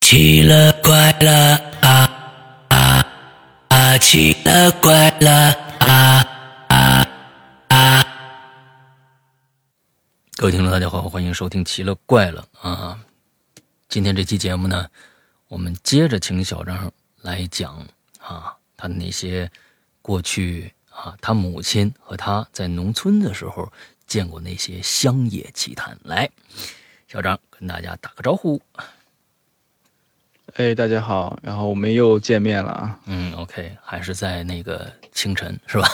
奇了怪了啊啊啊！奇了怪了啊啊啊！各位听众，大家好，欢迎收听《奇了怪了》啊！今天这期节目呢，我们接着请小张来讲啊，他那些过去啊，他母亲和他在农村的时候见过那些乡野奇谈。来，小张跟大家打个招呼。哎，大家好，然后我们又见面了啊！ 嗯，OK，还是在那个清晨是吧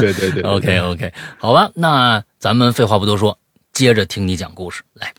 对 对对对？OK OK，好吧，那咱们废话不多说，接着听你讲故事来。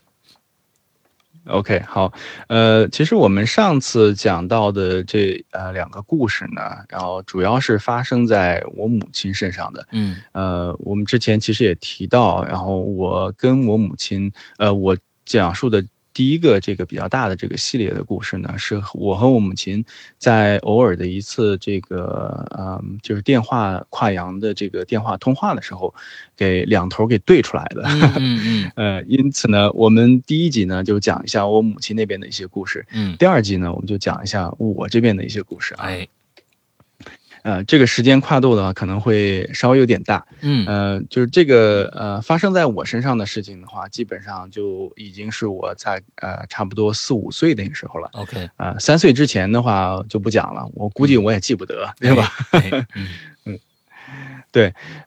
OK，好，呃，其实我们上次讲到的这呃两个故事呢，然后主要是发生在我母亲身上的。嗯呃，我们之前其实也提到，然后我跟我母亲，呃，我讲述的第一个这个比较大的这个系列的故事呢，是我和我母亲在偶尔的一次这个，嗯、就是电话跨洋的这个电话通话的时候，给两头给对出来的。嗯嗯 呃，因此呢，我们第一集呢就讲一下我母亲那边的一些故事， 嗯嗯，第二集呢我们就讲一下我这边的一些故事啊。哎，呃，这个时间跨度的话可能会稍微有点大，嗯呃，就是这个呃发生在我身上的事情的话，基本上就已经是我在呃差不多四五岁那个时候了。 ，OK，啊、三岁之前的话就不讲了，我估计嗯我也记不得，对吧？ 哎？嗯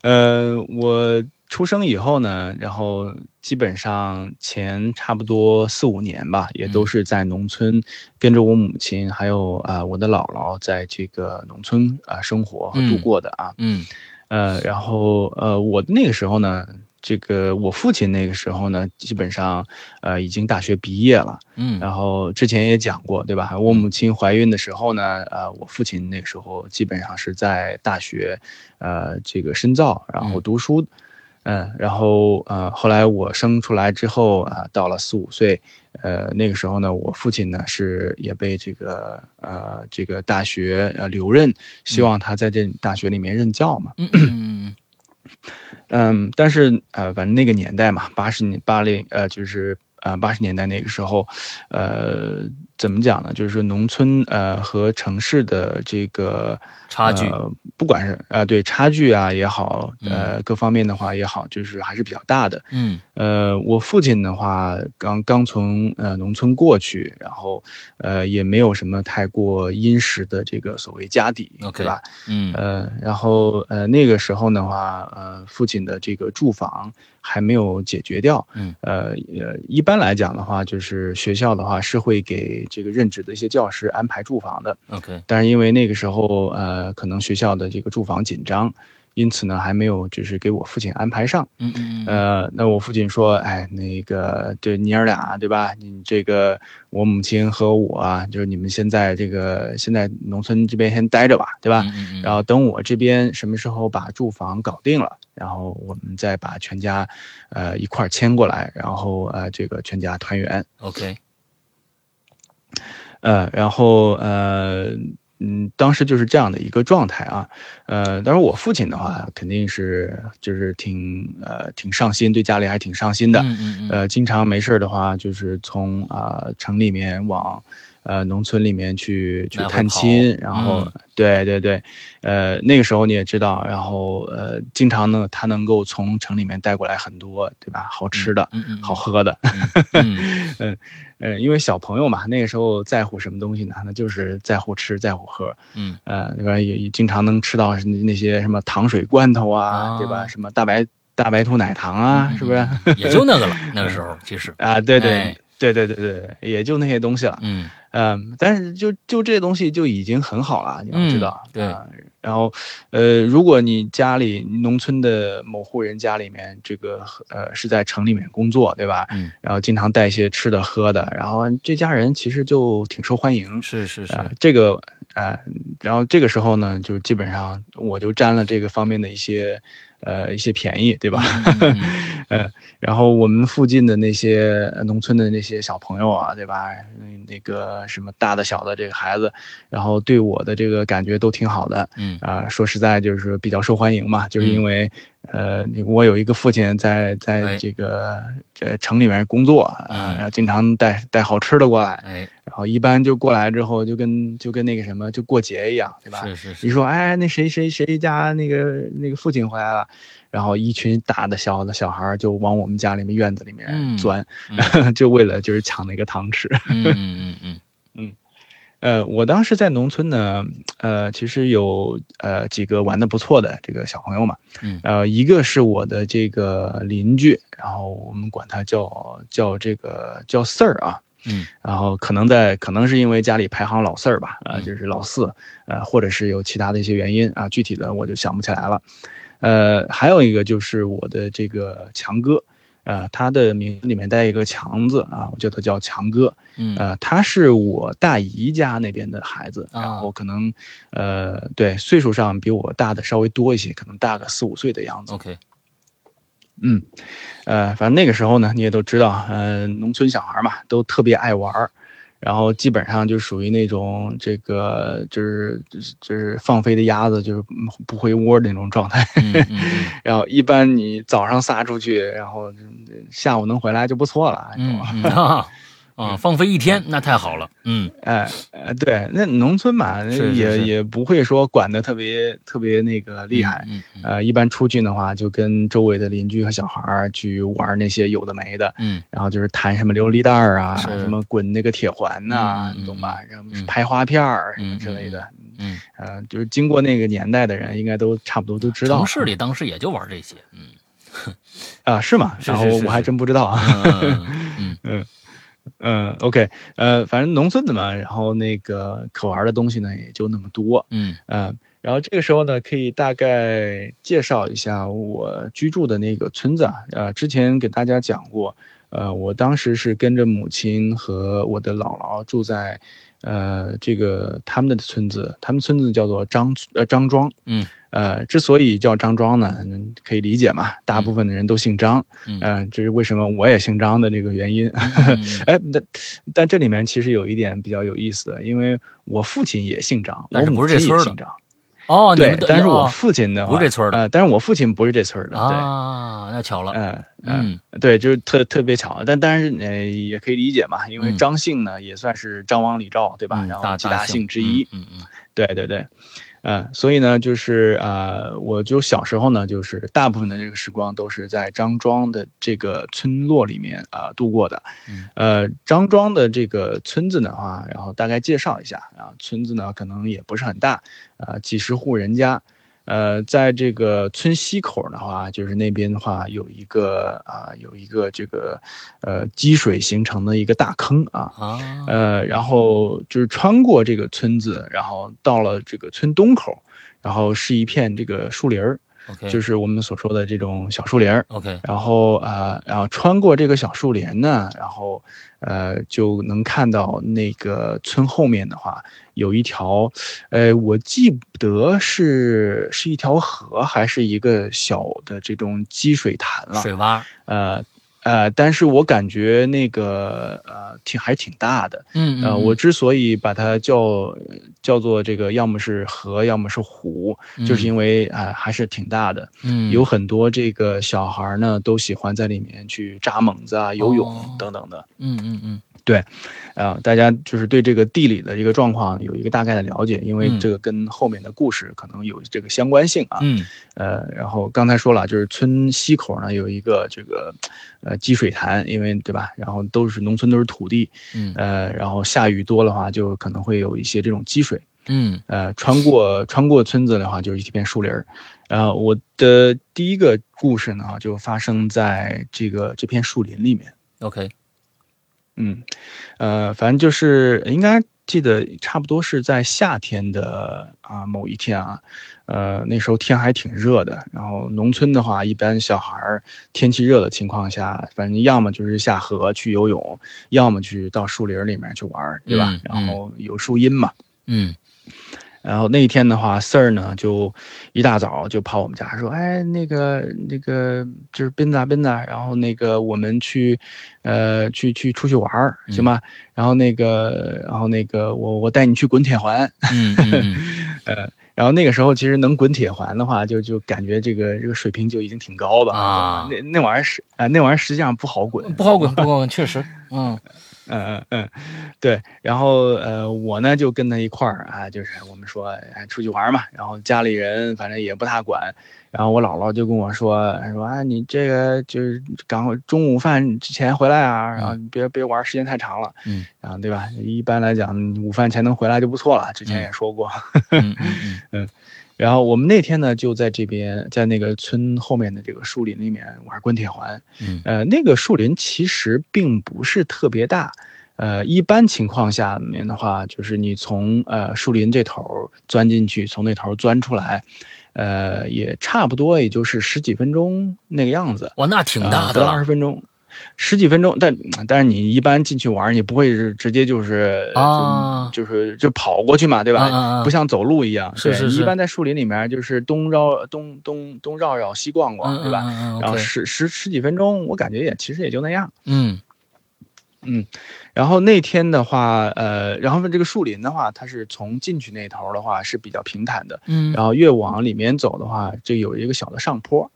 呃，我出生以后呢，然后基本上前差不多四五年吧，也嗯都是在农村，跟着我母亲还有啊、我的姥姥在这个农村啊、生活和度嗯过的啊。嗯呃，然后呃，我那个时候呢，这个我父亲那个时候呢，基本上呃已经大学毕业了。嗯 然后之前也讲过，对吧？我母亲怀孕的时候呢，呃，我父亲那个时候基本上是在大学，呃，这个深造，然后读书，嗯、然后呃，后来我生出来之后啊、到了四五岁，呃，那个时候呢，我父亲呢是也被这个呃这个大学呃留任，希望他在这大学里面任教嘛。嗯嗯嗯，但是呃，反正那个年代嘛，八十年八零呃，就是呃八十年代那个时候，呃，怎么讲呢？就是说农村呃和城市的这个差距呃不管是呃对差距啊也好，呃各方面的话也好，就是还是比较大的。嗯呃，我父亲的话，刚刚从呃农村过去，然后呃也没有什么太过殷实的这个所谓家底 OK 对吧？嗯呃，然后呃那个时候的话，呃父亲的这个住房还没有解决掉，嗯，呃呃一般来讲的话，就是学校的话是会给这个任职的一些教师安排住房的， ，OK，但是因为那个时候呃可能学校的这个住房紧张，因此呢还没有就是给我父亲安排上。嗯嗯嗯呃，那我父亲说，哎，那个，对，你儿俩，对吧？你这个，我母亲和我啊，就是你们先在这个现在农村这边先待着吧，对吧？嗯啊然后后等我这边什么时候把住房搞定了，然后我们再把全家，呃，一块儿迁过来，然后呃，这个全家团圆， OK，呃，然后呃，嗯，当时就是这样的一个状态啊，呃，当然我父亲的话肯定是就是挺呃挺上心，对家里还挺上心的，嗯嗯嗯呃，经常没事儿的话，就是从啊、城里面往呃农村里面去去来回探跑亲，然后、嗯对对对，呃那个时候你也知道，然后呃经常呢他能够从城里面带过来很多对吧好吃的、嗯嗯好喝的，嗯呃因为小朋友嘛那个时候在乎什么东西呢？那就是在乎吃在乎喝，嗯呃对吧也也经常能吃到那那些什么糖水罐头啊，对啊吧？什么大白大白兔奶糖啊，是不是？也就那个了，那个时候其实啊，对对、哎对对对对，也就那些东西了。嗯嗯，但是就就这些东西就已经很好了，你要知道。嗯对啊然后，呃，如果你家里农村的某户人家里面，这个呃是在城里面工作，对吧？嗯，然后经常带一些吃的喝的，然后这家人其实就挺受欢迎。是是是啊、这个啊、然后这个时候呢，就基本上我就占了这个方面的一些呃一些便宜，对吧？嗯呃，然后我们附近的那些呃农村的那些小朋友啊，对吧？嗯那个什么大的小的这个孩子，然后对我的这个感觉都挺好的。嗯啊、说实在就是说比较受欢迎嘛，就是因为、呃，我有一个父亲在哎在这个呃城里面工作啊、嗯然后经常带带好吃的过来，哎，然后一般就过来之后就跟就跟那个什么就过节一样，对吧？是是是，一说哎，那谁谁谁家那个那个父亲回来了，然后一群大的小的小孩儿就往我们家里面院子里嗯面钻， 嗯就为了就是抢那个糖吃。嗯嗯嗯嗯，呃，我当时在农村呢，呃，其实有呃几个玩的不错的这个小朋友嘛，嗯呃，一个是我的这个邻居，然后我们管他叫叫这个叫四儿啊，嗯然后可能在可能是因为家里排行老四儿吧，啊、嗯就是老四，呃，或者是有其他的一些原因啊，具体的我就想不起来了。呃，还有一个就是我的这个强哥，呃，他的名字里面带一个强字啊，我叫他叫强哥。嗯呃，他是我大姨家那边的孩子，啊然后可能，呃，对，岁数上比我大的稍微多一些，可能大个四五岁的样子。 ，OK，嗯，呃，反正那个时候呢，你也都知道，呃，农村小孩嘛，都特别爱玩儿，然后基本上就属于那种这个就是就是就是放飞的鸭子，就是嗯不回窝的那种状态。 嗯嗯嗯然后一般你早上撒出去，然后嗯下午能回来就不错了。嗯嗯啊啊，放飞一天那太好了，嗯哎、呃，对，那农村嘛，那是是也是也不会说管得特别特别那个厉害。嗯嗯呃，一般出去的话，就跟周围的邻居和小孩儿去玩儿那些有的没的，嗯然后就是弹什么琉璃弹儿啊，是什么滚那个铁环呐、嗯嗯你懂吧？然后嗯拍花片儿什嗯么之类的，嗯，呃，就是经过那个年代的人，应该都差不多都知道城市里当时也就玩这些，嗯啊、是吗？是然后是是我还是真不知道啊。嗯嗯 嗯，OK，呃，反正农村的嘛，然后那个可玩的东西呢也就那么多，嗯嗯、然后这个时候呢，可以大概介绍一下我居住的那个村子啊。呃，之前给大家讲过，呃，我当时是跟着母亲和我的姥姥住在，呃，这个他们的村子，他们村子叫做张呃张庄。嗯呃，之所以叫张庄呢，嗯可以理解嘛，大部分的人都姓张。嗯呃，这是为什么我也姓张的这个原因。 哎，但但这里面其实有一点比较有意思的，因为我父亲也姓张，但我是母不是这亲村也儿姓的张。哦，你对们，的但是我哦父亲的话不是这村儿的呃，但是我父亲不是这村儿的，啊，那巧对，了，嗯、呃、嗯、嗯对，就是特特别巧，但但是呃也可以理解嘛，因为嗯张姓呢也算是张王李赵对吧？嗯然大后几大姓之一，，嗯嗯对对对，呃，所以呢就是呃，我就小时候呢就是大部分的这个时光都是在张庄的这个村落里面啊、呃度过的嗯，呃，张庄的这个村子的话，然后大概介绍一下啊，村子呢可能也不是很大，呃，几十户人家。呃，在这个村西口的话，就是那边的话有一个啊、有一个这个呃积水形成的一个大坑啊，啊，呃，然后就是穿过这个村子，然后到了这个村东口，然后是一片这个树林儿， OK 就是我们所说的这种小树林儿。 OK，然后呃，然后穿过这个小树林呢，然后呃就能看到那个村后面的话有一条，呃，我记不得是是一条河还是一个小的这种积水潭了，水洼，呃呃，但是我感觉那个呃挺还挺大的。嗯呃，我之所以把它叫叫做这个，要么是河，要么是湖，就是因为啊、呃还是挺大的，嗯有很多这个小孩儿呢都喜欢在里面去扎猛子啊、游哦泳等等的嗯嗯嗯啊、大家就是对这个地理的这个状况有一个大概的了解，因为嗯这个跟后面的故事可能有这个相关性啊。嗯呃，然后刚才说了，就是村西口呢有一个这个呃积水潭，因为对吧，然后都是农村都是土地，嗯呃，然后下雨多的话，就可能会有一些这种积水。嗯呃，穿过穿过村子的话，就是一片树林儿。呃，我的第一个故事呢，就发生在这个这片树林里面。 ，OK，嗯，呃，反正就是应该记得差不多是在夏天的啊、某一天啊，呃那时候天还挺热的，然后农村的话，一般小孩儿天气热的情况下，反正要么就是下河去游泳，要么去到树林儿里面去玩儿，对吧？嗯然后有树荫嘛，嗯然后那一天的话，Sir 呢就一大早就跑我们家说，哎，那个那个就是斌子啊斌子啊，然后那个我们去，呃，去去出去玩儿行吧？然后那个然后那个我我带你去滚铁环，嗯嗯呃，然后那个时候其实能滚铁环的话，就就感觉这个这个水平就已经挺高了啊那那玩意儿是啊、那玩意儿实际上不好滚，嗯，不好滚，不好滚，确实，嗯嗯嗯嗯，对。然后呃，我呢就跟他一块儿啊，就是我们说哎出去玩嘛，然后家里人反正也不大管。然后我姥姥就跟我说说啊，你这个就是赶快中午饭之前回来啊，然后你别别玩儿时间太长了，嗯然后对吧？一般来讲，午饭前能回来就不错了，之前也说过。 嗯嗯然后我们那天呢就在这边，在那个村后面的这个树林里面玩滚铁环。嗯呃，那个树林其实并不是特别大，呃，一般情况下面的话，就是你从呃树林这头儿钻进去，从那头儿钻出来，呃，也差不多也就是十几分钟那个样子，呃哇，那挺大的二了十分钟。十几分钟，但但是你一般进去玩儿，你不会是直接就是啊就就是就跑过去嘛，对吧？啊啊啊不像走路一样，是对是你是一般在树林里面就是东绕东东东绕绕西逛逛，嗯对吧？嗯嗯然后，OK，十十十几分钟，我感觉也其实也就那样。嗯然后那天的话，呃，然后这个树林的话，它是从进去那头的话是比较平坦的，嗯然后越往里面走的话，就有一个小的上坡。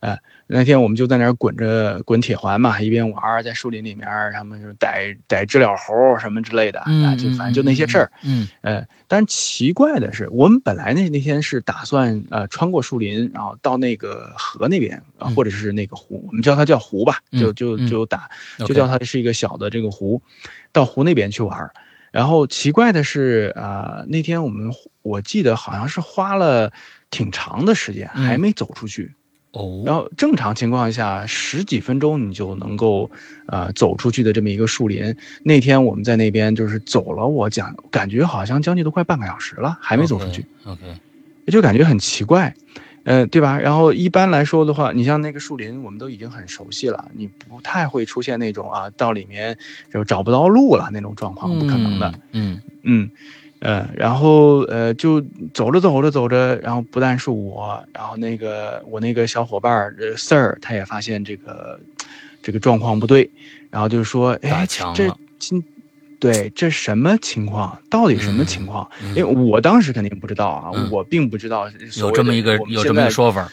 呃，那天我们就在那儿滚着滚铁环嘛，一边玩儿，在树林里面，他们就逮逮知了猴什么之类的，啊，嗯，就反正就那些事儿。，嗯呃，但是奇怪的是，我们本来那那天是打算呃穿过树林，然后到那个河那边，啊嗯或者是那个湖，我们叫它叫湖吧，就嗯就嗯就打就 OK 叫它是一个小的这个湖，到湖那边去玩儿。然后奇怪的是，呃，那天我们我记得好像是花了挺长的时间，嗯还没走出去。然哦，后正常情况下，十几分钟你就能够，呃，走出去的这么一个树林。那天我们在那边就是走了，我讲感觉好像将近都快半个小时了，还没哦走出去， ，OK，就感觉很奇怪，呃，对吧？然后一般来说的话，你像那个树林，我们都已经很熟悉了，你不太会出现那种啊到里面就找不到路了那种状况，啊不可能的。，嗯嗯，呃，然后呃，就走着走着走着，然后不但是我，然后那个我那个小伙伴儿呃 Sir，他也发现这个这个状况不对，然后就说，打哎，墙这了今对这什么情况？到底什么情况？嗯因为哎我当时肯定不知道啊，嗯我并不知道所有谓这么的一个我们有现这么一在个说法，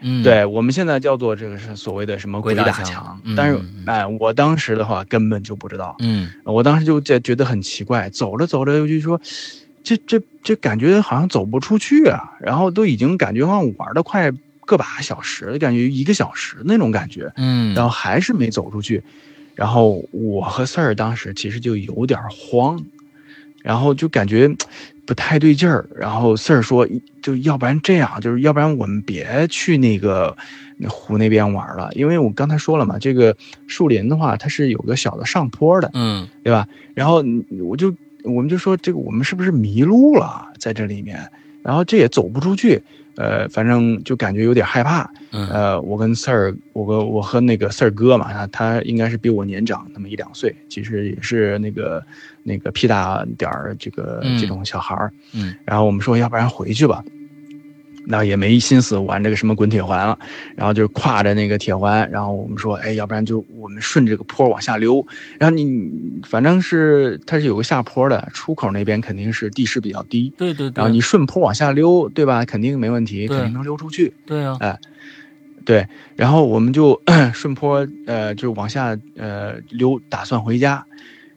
嗯，，对我们现在叫做这个是所谓的什么鬼鬼打打墙嗯但是嗯嗯哎，我当时的话根本就不知道，嗯我当时就在觉得很奇怪，走着走着我就说，这这这感觉好像走不出去啊，然后都已经感觉好像玩的快个把小时了，感觉一个小时那种感觉，嗯，然后还是没走出去，然后我和 Sir 当时其实就有点慌，然后就感觉不太对劲儿，然后 Sir 说，就要不然这样，就是要不然我们别去那个那湖那边玩了，因为我刚才说了嘛，这个树林的话，它是有个小的上坡的。嗯对吧？然后你我就我们就说这个我们是不是迷路了在这里面？然后这也走不出去，呃，反正就感觉有点害怕。嗯呃，我跟 Sir，我跟我和那个 Sir 哥嘛，他啊他应该是比我年长那么一两岁，其实也是那个那个屁大点儿这个嗯这种小孩儿。嗯然后我们说要不然回去吧。那也没心思玩这个什么滚铁环了，然后就挎着那个铁环，然后我们说，哎，要不然就我们顺着这个坡往下溜，然后你反正是它是有个下坡的，出口那边肯定是地势比较低，对对然后对你，顺坡往下溜，对吧？肯定没问题，对肯定能溜出去。对啊，对，然后我们就 顺坡，呃，就往下呃溜，打算回家。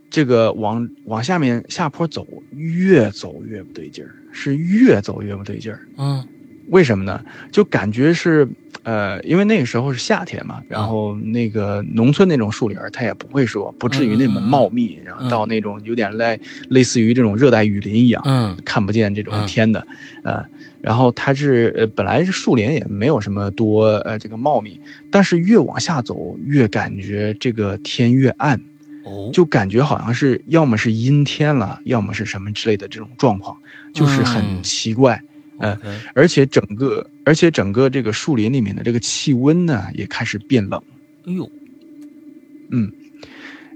这个往往下面下坡走，越走越不对劲儿，是越走越不对劲儿。嗯为什么呢？就感觉是，呃，因为那个时候是夏天嘛，然后那个农村那种树林儿，它也不会说不至于那么茂密，然后到那种有点类类似于这种热带雨林一样，嗯看不见这种嗯天的，呃，然后它是呃本来是树林也没有什么多呃这个茂密，但是越往下走越感觉这个天越暗，哦，就感觉好像是要么是阴天了，要么是什么之类的这种状况，就是嗯很奇怪。呃嗯而且整个，而且整个这个树林里面的这个气温呢，也开始变冷。哎呦，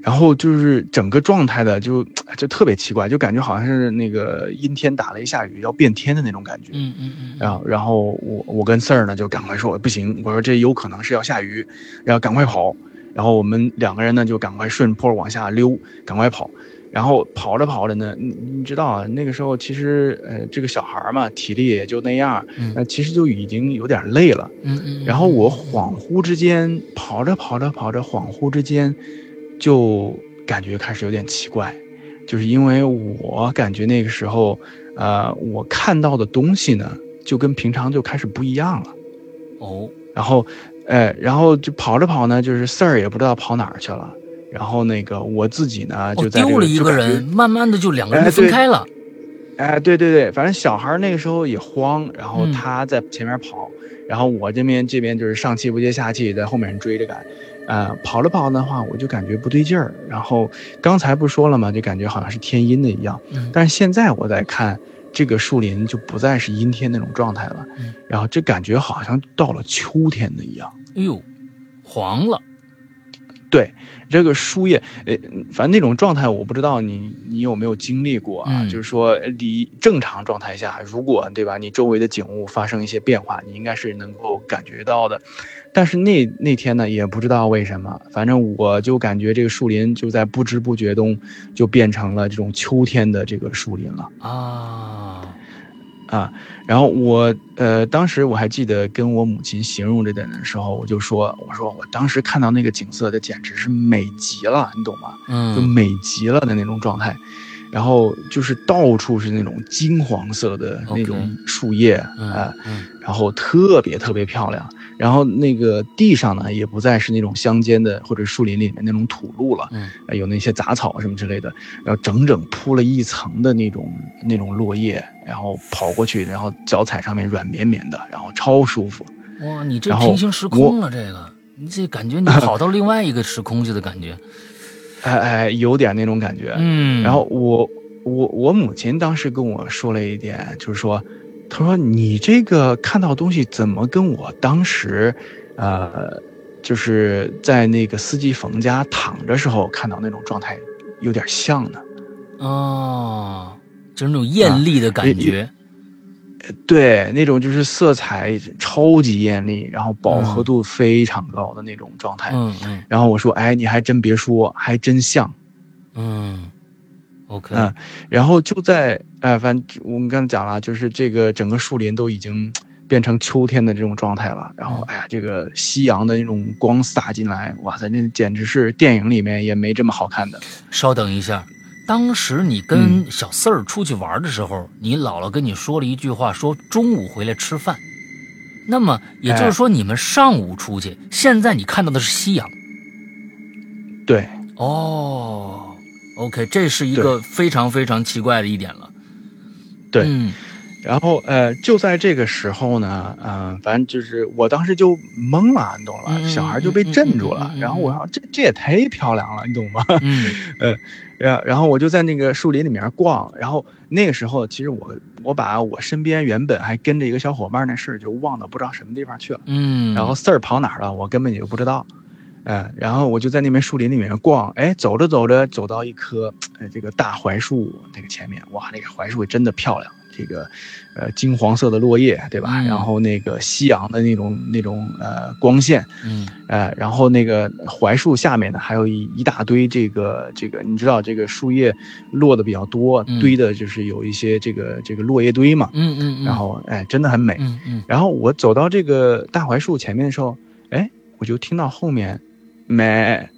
然后就是整个状态的就就特别奇怪，就感觉好像是那个阴天打雷下雨要变天的那种感觉。嗯嗯嗯，然后然后我我跟 Sir 呢就赶快说不行，我说这有可能是要下雨，然后赶快跑。然后我们两个人呢就赶快顺坡往下溜，赶快跑。然后跑着跑着呢，你你知道啊，那个时候其实呃这个小孩嘛体力也就那样，嗯呃其实就已经有点累了。嗯嗯，然后我恍惚之间跑着跑着跑着，恍惚之间就感觉开始有点奇怪，就是因为我感觉那个时候，呃，我看到的东西呢，就跟平常就开始不一样了。哦，然后，呃，然后就跑着跑呢，就是 Sir 也不知道跑哪儿去了。然后那个我自己呢，哦就在、这丢了一就个感觉人，慢慢的就两个人哎就分对开了。哎，对对对，反正小孩儿那个时候也慌，然后嗯他在前面跑，然后我这边这边就是上气不接下气，在后面追着赶，呃，跑了跑的话，我就感觉不对劲儿。然后刚才不是说了吗？就感觉好像是天阴的一样，嗯但是现在我在看这个树林，就不再是阴天那种状态了嗯，然后这感觉好像到了秋天的一样。哎呦，黄了。这个树叶，呃，反正那种状态，我不知道你你有没有经历过啊？嗯就是说，呃你正常状态下，如果对吧，你周围的景物发生一些变化，你应该是能够感觉到的。但是那那天呢，也不知道为什么，反正我就感觉这个树林就在不知不觉中就变成了这种秋天的这个树林了。啊，啊，然后我呃，当时我还记得跟我母亲形容这点的时候，我就说，我说我当时看到那个景色，这简直是美极了，你懂吗？就嗯，美极了的那种状态，然后就是到处是那种金黄色的 OK 那种树叶啊、嗯嗯然后特别特别漂亮。然后那个地上呢，也不再是那种乡间的或者树林里面那种土路了，嗯呃有那些杂草什么之类的，然后整整铺了一层的那种那种落叶，然后跑过去，然后脚踩上面软绵绵的，然后超舒服。嗯，哇，你这然后平行时空了，这个，你这感觉你跑到另外一个时空去的感觉。哎哎，有点那种 感觉。嗯，然后我我我母亲当时跟我说了一点，就是说，她说你这个看到东西怎么跟我当时，呃，就是在那个司机冯家躺着时候看到那种状态有点像呢？哦，就是那种艳丽的啊感觉。对，那种就是色彩超级艳丽，然后饱和度非常高的那种状态。嗯嗯然后我说，哎，你还真别说，还真像。嗯，OK，嗯然后就在呃，反正我们刚才讲了，啊就是这个整个树林都已经变成秋天的这种状态了。然后嗯哎呀，这个夕阳的那种光洒进来，哇塞，那简直是电影里面也没这么好看的。稍等一下。当时你嗯跟小四儿出去玩的时候，你姥姥跟你说了一句话，说中午回来吃饭。那么也哎就是说，你们上午出去，现在你看到的是夕阳。对，哦，OK，这是一个非常非常奇怪的一点了。对 嗯然后呃，就在这个时候呢，嗯、反正就是我当时就懵了，你懂吧？嗯小孩就被镇住嗯嗯嗯了嗯。嗯然后我说这这也太漂亮了，你懂吗？嗯然然后我就在那个树林里面逛，然后那个时候其实我我把我身边原本还跟着一个小伙伴那事儿就忘到不知道什么地方去了，嗯，然后 Sir 跑哪儿了，我根本也不知道，呃，然后我就在那边树林里面逛，哎，走着走着走到一棵呃这个大槐树那个前面，哇，那个槐树真的漂亮，这个呃金黄色的落叶对吧？嗯然后那个夕阳的那种那种呃光线，嗯呃，然后那个槐树下面呢，还有一一大堆这个这个，你知道这个树叶落的比较多嗯，堆的就是有一些这个这个落叶堆嘛。嗯嗯，然后哎，真的很美。嗯嗯然后我走到这个大槐树前面的时候，哎，我就听到后面，啊咩，然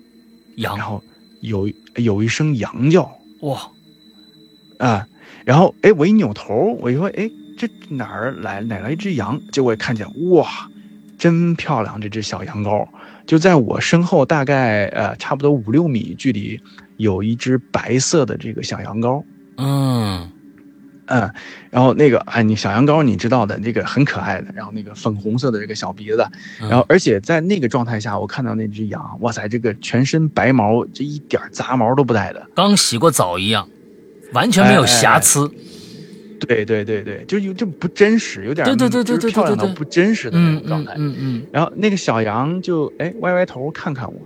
羊后有有一声羊叫哇啊，然后哎，我一扭头，我一说，哎，这哪儿来哪来一只羊？结果看见，哇，真漂亮，这只小羊羔就在我身后，大概呃差不多五六米距离，有一只白色的这个小羊羔。嗯嗯，然后那个哎，你小羊羔你知道的，那个很可爱的，然后那个粉红色的这个小鼻子，嗯然后而且在那个状态下，我看到那只羊，哇塞，这个全身白毛，这一点儿杂毛都不带的，刚洗过澡一样，完全没哎有瑕疵。对对对对，就有就不真实，有点儿对对对就是对对对漂亮到对对不真实的那嗯种嗯状态。嗯嗯然后那个小羊就哎歪歪头看看我，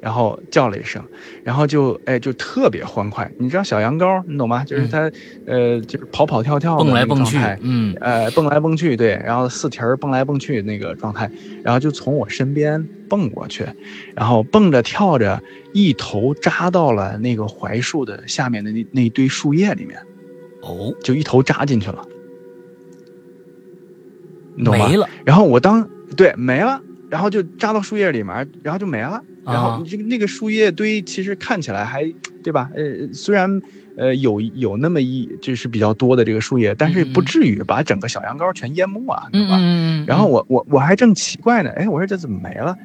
然后叫了一声，然后就哎就特别欢快。你知道小羊羔，你懂吗？就是它，呃，就是跑跑跳跳的嗯蹦来那个蹦状去态，嗯呃，蹦来蹦去，对，然后四蹄儿蹦来蹦去那个状态，然后就从我身边蹦过去，然后蹦着跳着，一头扎到了那个槐树的下面的那那一堆树叶里面，哦，就一头扎进去了，你懂吗？没了，然后我当对没了，然后就扎到树叶里面，然后就没了。然啊后你这个那个树叶堆其实看起来还对吧？呃，虽然呃有有那么一就是比较多的这个树叶，但是嗯不嗯嗯至于把整个小羊羔全淹没啊，对嗯吧？嗯嗯，然后我我我还正奇怪呢，哎，我说这怎么没了？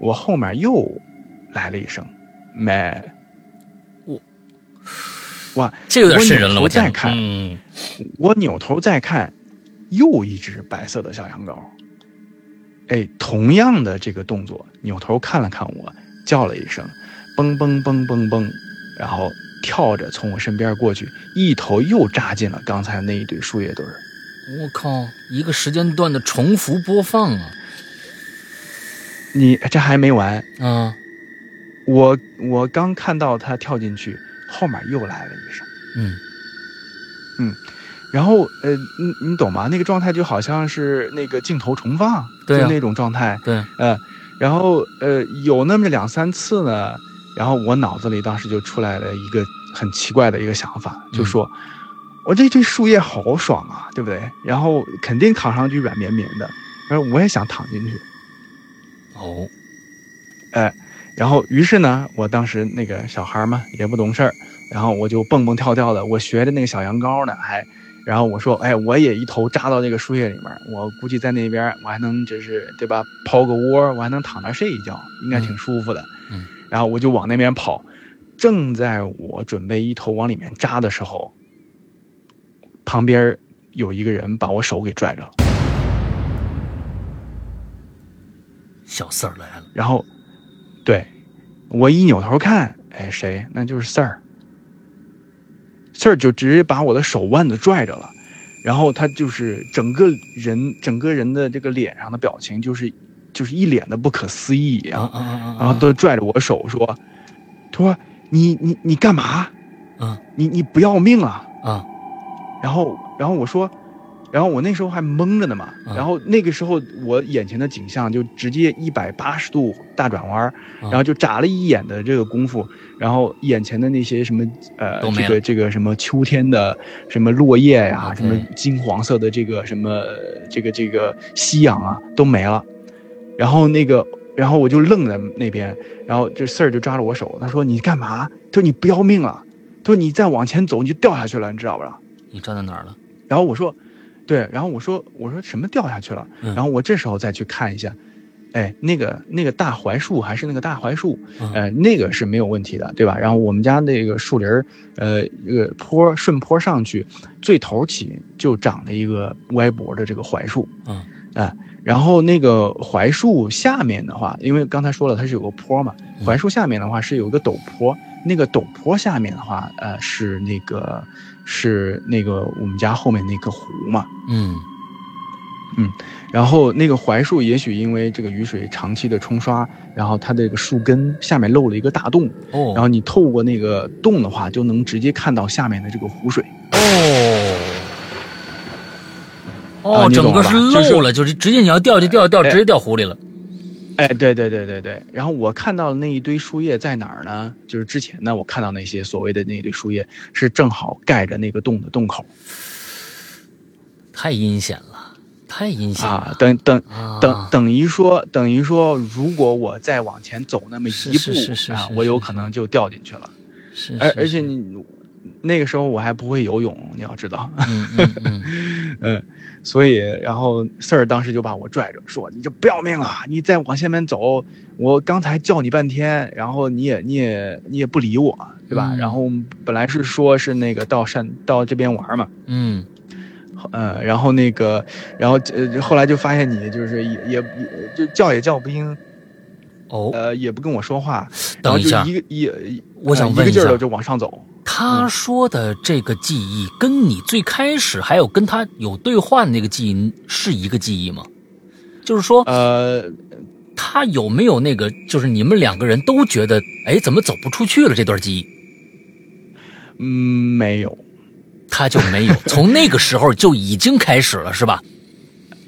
我后面又来了一声，没。我哇，嗯这有点瘆人了，我我天哪，再看嗯，我扭头再看，又一只白色的小羊羔。哎，同样的这个动作，扭头看了看我，叫了一声，嘣嘣嘣嘣嘣，然后跳着从我身边过去，一头又扎进了刚才那一堆树叶堆儿。我靠，一个时间段的重复播放啊，你这还没完，啊，我我刚看到它跳进去，后面又来了一声。嗯，然后，呃，你你懂吗？那个状态就好像是那个镜头重放，对啊就那种状态。对，呃，然后呃，有那么两三次呢，然后我脑子里当时就出来了一个很奇怪的一个想法，就嗯说，我这这树叶好爽啊，对不对？然后肯定躺上去软绵绵的，然后我也想躺进去。哦，然后于是呢，我当时那个小孩嘛也不懂事儿，然后我就蹦蹦跳跳的，我学着那个小羊羔呢，还，然后我说，哎，我也一头扎到这个树叶里面，我估计在那边我还能就是对吧，抛个窝，我还能躺那儿睡一觉，应该挺舒服的。嗯嗯然后我就往那边跑，正在我准备一头往里面扎的时候，旁边有一个人把我手给拽着了。小四儿来了，然后，对我一扭头看，哎，谁？那就是四儿。四儿就直接把我的手腕子拽着了，然后他就是整个人，整个人的这个脸上的表情就是，就是一脸的不可思议一啊样，啊啊，然后都拽着我手说：“他说你你你干嘛？啊你你不要命啊？”啊，然后然后我说，然后我那时候还懵着呢嘛，嗯然后那个时候我眼前的景象就直接一百八十度大转弯儿，嗯然后就眨了一眼的这个功夫，然后眼前的那些什么呃都没这了啊个这个什么秋天的什么落叶呀、 OK 什么金黄色的这个什么呃这个这个夕阳啊都没了，然后那个。然后我就愣在那边，然后这四儿就抓着我手，他说：“你干嘛？”他说：“你不要命了？”他说：“你再往前走你就掉下去了，你知道不知道？”你站在哪儿了？然后我说，对，然后我说我说什么掉下去了？嗯然后我这时候再去看一下，哎，那个那个大槐树还是那个大槐树，嗯呃，那个是没有问题的，对吧？然后我们家那个树林儿，呃，这个坡顺坡上去，最头起就长了一个歪脖的这个槐树，嗯，哎，然后那个槐树下面的话，因为刚才说了它是有个坡嘛，嗯槐树下面的话是有一个陡坡，那个陡坡下面的话，呃，是那个是那个我们家后面那个湖嘛，嗯然后那个槐树也许因为这个雨水长期的冲刷，然后它的这个树根下面漏了一个大洞，哦，然后你透过那个洞的话，就能直接看到下面的这个湖水。哦，啊哦，你懂整个了吧是就是漏了，就是直接你要掉就掉掉，哎直接掉湖里了。哎，对对对对对。然后我看到的那一堆树叶在哪儿呢？就是之前呢，我看到那些所谓的那一堆树叶是正好盖着那个洞的洞口太阴险了，太阴险了啊。等等啊！等等于说，等于说，如果我再往前走那么一步是是是是啊是，我有是可能就掉进去了。是，而是而且是你那个时候我还不会游泳，你要知道，嗯嗯嗯，嗯，所以然后四儿当时就把我拽着说：“你这不要命了，啊你再往下面走，我刚才叫你半天，然后你也你也你也不理我，对吧？嗯然后我们本来是说是那个到山到这边玩嘛，嗯嗯，然后那个，然后呃后来就发现你就是也也也就叫也叫不应，哦，呃也不跟我说话，然后等一就下，一个一我想呃问一个一劲儿下的，就往上走，他说的这个记忆跟你最开始还有跟他有对话的那个记忆是一个记忆吗？就是说，呃，他有没有那个，就是你们两个人都觉得，哎，怎么走不出去了？这段记忆嗯，没有，他就没有，从那个时候就已经开始了，是吧？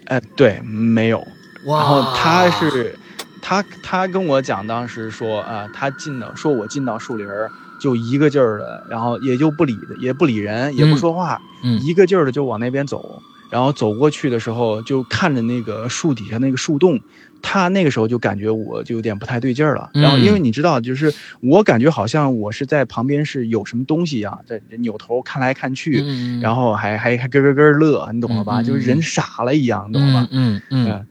呃，对，没有。哇，然后他嗯是，他他跟我讲，当时说啊、他进到说我进到树林儿，就一个劲儿的，然后也就不理也不理人，也不说话，嗯一个劲儿的就往那边走。然后走过去的时候，就看着那个树底下那个树洞，他那个时候就感觉我就有点不太对劲儿了。嗯然后因为你知道，就是我感觉好像我是在旁边是有什么东西一样，在扭头看来看去，嗯，然后还还还咯咯咯乐，你懂了吧？嗯嗯就是人傻了一样，你懂了吧？嗯嗯嗯嗯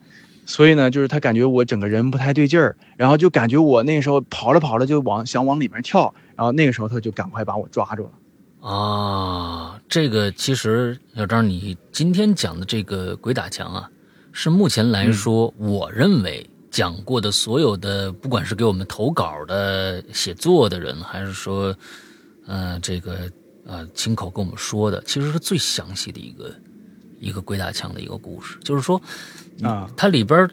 所以呢，就是他感觉我整个人不太对劲儿，然后就感觉我那时候跑着跑着就往想往里面跳，然后那个时候他就赶快把我抓住了。啊，这个其实小张，你今天讲的这个鬼打墙啊，是目前来说，我认为讲过的所有的，不管是给我们投稿的、写作的人，还是说，呃，这个呃亲口跟我们说的，其实是最详细的一个一个鬼打墙的一个故事。就是说，啊它里边儿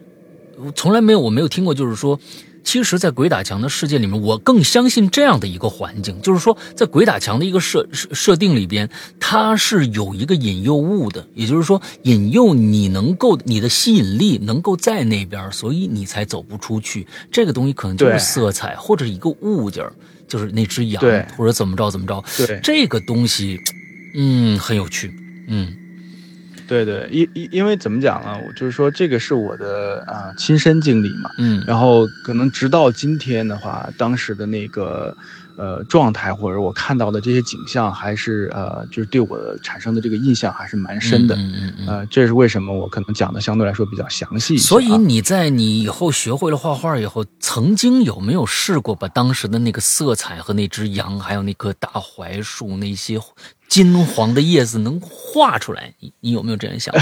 我从来没有我没有听过，就是说，其实，在鬼打墙的世界里面，我更相信这样的一个环境，就是说，在鬼打墙的一个设设设定里边，它是有一个引诱物的，也就是说，引诱你能够你的吸引力能够在那边儿，所以你才走不出去。这个东西可能就是对色彩或者一个物件儿，就是那只羊对或者怎么着怎么着，对这个东西，嗯，很有趣，嗯对对，因因因为怎么讲呢？我就是说这个是我的啊、呃亲身经历嘛，嗯然后可能直到今天的话，当时的那个呃状态或者我看到的这些景象，还是呃就是对我产生的这个印象还是蛮深的。嗯嗯嗯嗯呃，这是为什么我可能讲的相对来说比较详细一些啊、所以你在你以后学会了画画以后，曾经有没有试过把当时的那个色彩和那只羊，还有那棵大槐树那些金黄的叶子能画出来？你你有没有这样想？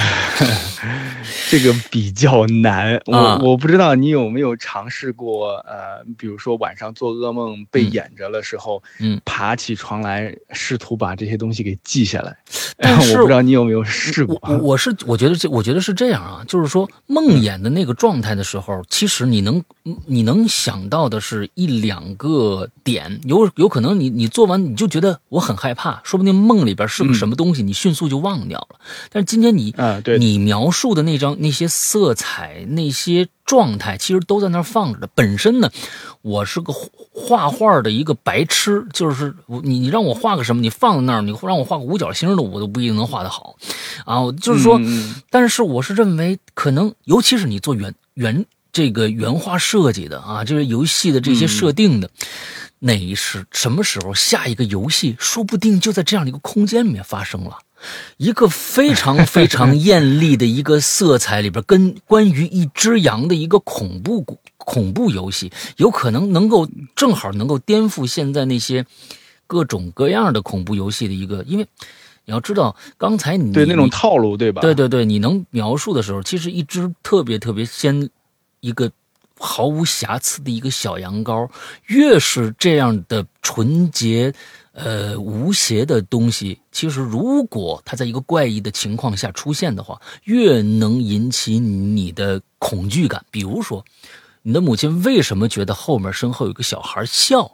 这个比较难，我、啊我不知道你有没有尝试过，呃，比如说晚上做噩梦被演着的时候，嗯嗯嗯爬起床来试图把这些东西给记下来，但是我不知道你有没有试过我，嗯我我是我觉得这我觉得是这样啊，就是说梦魇的那个状态的时候，其实你能嗯你能想到的是一两个点，有有可能你你做完你就觉得我很害怕，说不定梦里边是个什么东西，你迅速就忘掉了。但是今天你嗯啊对你描述的那张那些色彩那些状态，其实都在那儿放着的。本身呢，我是个画画画的一个白痴，就是我你你让我画个什么，你放在那儿，你让我画个五角星的，我都不一定能画得好。啊，我就是说，嗯嗯但是我是认为，可能尤其是你做原原这个原画设计的啊，就是游戏的这些设定的，哪是什么时候下一个游戏，说不定就在这样的一个空间里面发生了。一个非常非 常艳丽的一个色彩里边，跟关于一只羊的一个恐怖故恐怖游戏，有可能能够正好能够颠覆现在那些各种各样的恐怖游戏的一个，因为你要知道，刚才你对那种你套路，对吧？嗯对对对，你能描述的时候，其实一只特别特别先一个毫无瑕疵的一个小羊羔，越是这样的纯洁。呃，无邪的东西，其实如果它在一个怪异的情况下出现的话，越能引起你的恐惧感。比如说，你的母亲为什么觉得后面身后有个小孩笑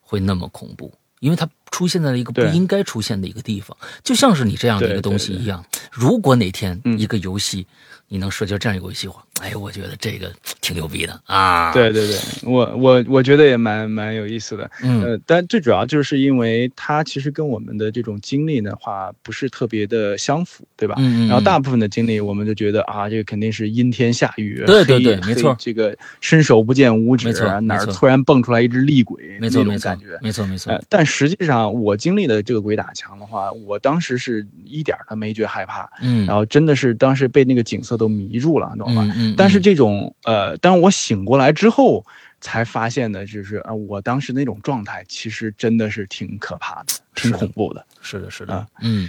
会那么恐怖？因为它出现在了一个不对应该出现的一个地方，就像是你这样的一个对东西对对一样。如果哪天嗯一个游戏你能设计这样一个游戏化，哎，我觉得这个挺牛逼的啊。，对对对，我我我觉得也蛮蛮有意思的，嗯呃，但最主要就是因为它其实跟我们的这种经历的话不是特别的相符，对吧？嗯嗯，然后大部分的经历，我们就觉得啊，这个肯定是阴天下雨，对对黑对没错黑这个伸手不见五指，没错哪没儿错突然蹦出来一只厉鬼，没错那没种错感觉，。没错没错呃，，但实际上我经历的这个鬼打墙的话，我当时是一点儿都没觉得害怕，嗯，然后真的是当时被那个景色都迷住了，懂吗？嗯嗯，但是嗯这种呃，当我醒过来之后。才发现的就是啊、我当时那种状态其实真的是挺可怕的，挺是的恐怖的。是的是的啊，嗯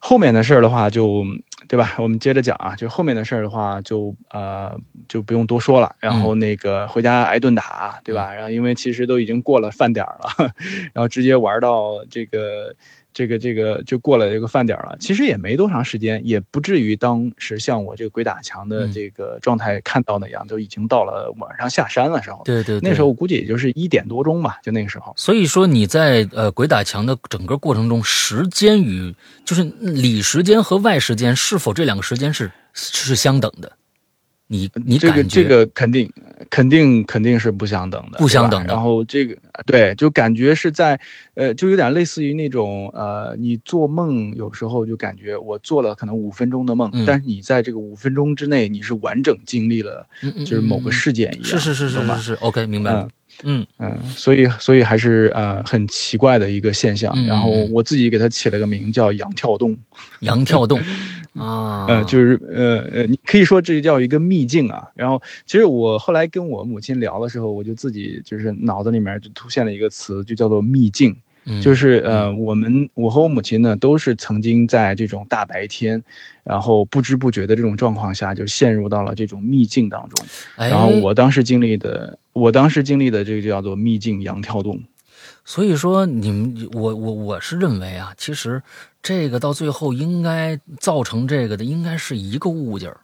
后面的事儿的话就，对吧？我们接着讲啊，就后面的事儿的话就，呃就不用多说了。嗯然后那个回家挨顿打，对吧？然后因为其实都已经过了饭点儿了， 然后直接玩到这个这个这个就过了这个饭点儿了。其实也没多长时间，也不至于当时像我这个鬼打墙嗯的这个状态看到那样，都已经到了晚上下山的时候。对对对，那时候估计也就是一点多钟吧，就那个时候。所以说你在呃鬼打墙的整个过程中，时间与就是里时间和外时间是否这两个时间是是相等的？你你这个这个肯定肯定肯定是不相等的，不相等的。然后这个对，就感觉是在呃，就有点类似于那种呃，你做梦有时候就感觉我做了可能五分钟的梦，嗯但是你在这个五分钟之内，你是完整经历了嗯嗯就是某个事件一样，是是是是懂吧是是，OK，明白了。嗯嗯，所以所以还是呃很奇怪的一个现象。嗯然后嗯我自己给它起了个名叫“羊跳动”，羊跳 动啊，呃，就是呃呃，你可以说这叫一个秘境啊。然后其实我后来跟我母亲聊的时候，我就自己就是脑子里面就出现了一个词，就叫做秘境。嗯就是呃，我们我和我母亲呢，都是曾经在这种大白天，然后不知不觉的这种状况下，就陷入到了这种秘境当中。哎然后我当时经历的，我当时经历的这个就叫做秘境羊跳动。所以说，你们我我我是认为啊，其实这个到最后应该造成这个的，应该是一个物件儿，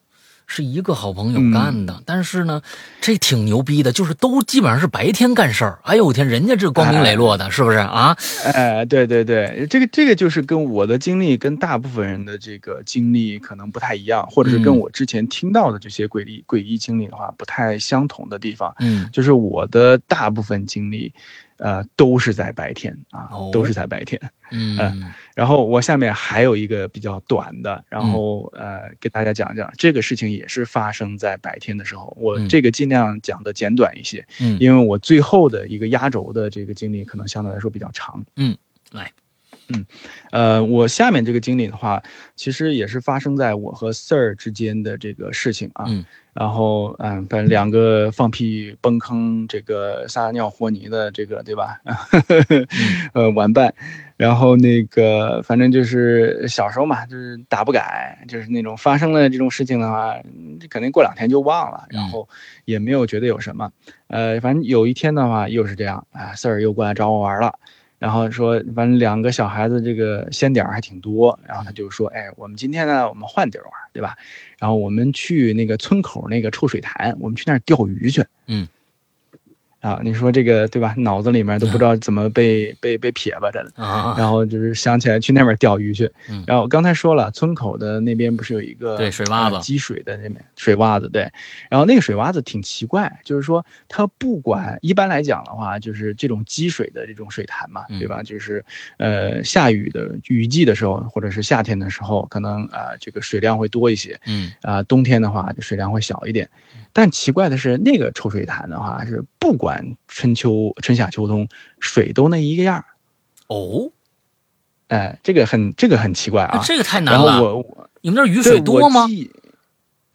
是一个好朋友干嗯的。但是呢，这挺牛逼的，就是都基本上是白天干事儿。哎呦我天，人家这光明磊落的，是不是啊？哎，对对对，这个这个就是跟我的经历跟大部分人的这个经历可能不太一样，或者是跟嗯我之前听到的这些诡异诡异经历的话不太相同的地方，嗯，就是我的大部分经历，呃，都是在白天啊哦，都是在白天。嗯然后我下面还有一个比较短的，然后呃，给大家讲讲这个事情也是发生在白天的时候，我嗯这个尽量讲的简短一些，嗯，因为我最后的一个压轴的这个经历可能相对来说比较长。嗯，来，嗯，呃，我下面这个经历的话，其实也是发生在我和 Sir 之间的这个事情啊。嗯然后，嗯，把两个放屁、崩坑、这个撒尿和泥的这个，对吧？ 呃，玩伴。然后那个，反正就是小时候嘛，就是打不改，就是那种发生了这种事情的话，嗯肯定过两天就忘了，然后也没有觉得有什么。呃，反正有一天的话，又是这样啊，Sir 又过来找我玩了。然后说，反正两个小孩子这个先点儿还挺多，然后他就说，哎，我们今天呢，我们换地儿玩，对吧？然后我们去那个村口那个臭水潭，我们去那儿钓鱼去。嗯，啊，你说这个对吧？脑子里面都不知道怎么被、被被撇吧着了。啊，然后就是想起来去那边钓鱼去嗯。然后刚才说了，村口的那边不是有一个对水洼子呃积水的那边水洼子，对。然后那个水洼子挺奇怪，就是说它不管一般来讲的话，就是这种积水的这种水潭嘛，嗯对吧？就是呃下雨的雨季的时候，或者是夏天的时候，可能啊、呃这个水量会多一些。嗯啊、冬天的话就水量会小一点。但奇怪的是，那个臭水潭的话是不管春秋、春夏秋冬，水都那一个样儿。哦，哎、这个很这个很奇怪那啊。这个太难然后了。我我你们那儿雨对水多吗我？记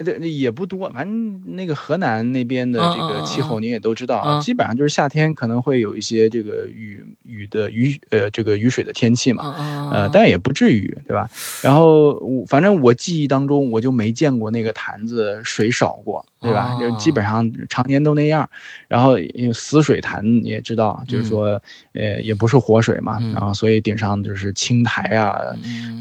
对，也不多，反正那个河南那边的这嗯嗯个嗯气候你也都知道，啊嗯基本上就是夏天可能会有一些这个雨雨的雨呃这个雨水的天气嘛，啊啊，呃，但也不至于，对吧？然后我反正我记忆当中，我就没见过那个坛子水少过，对吧？哦就基本上常年都那样。然后因为死水坛你也知道，就是说，呃，也不是活水嘛，嗯然后所以顶上就是青苔啊，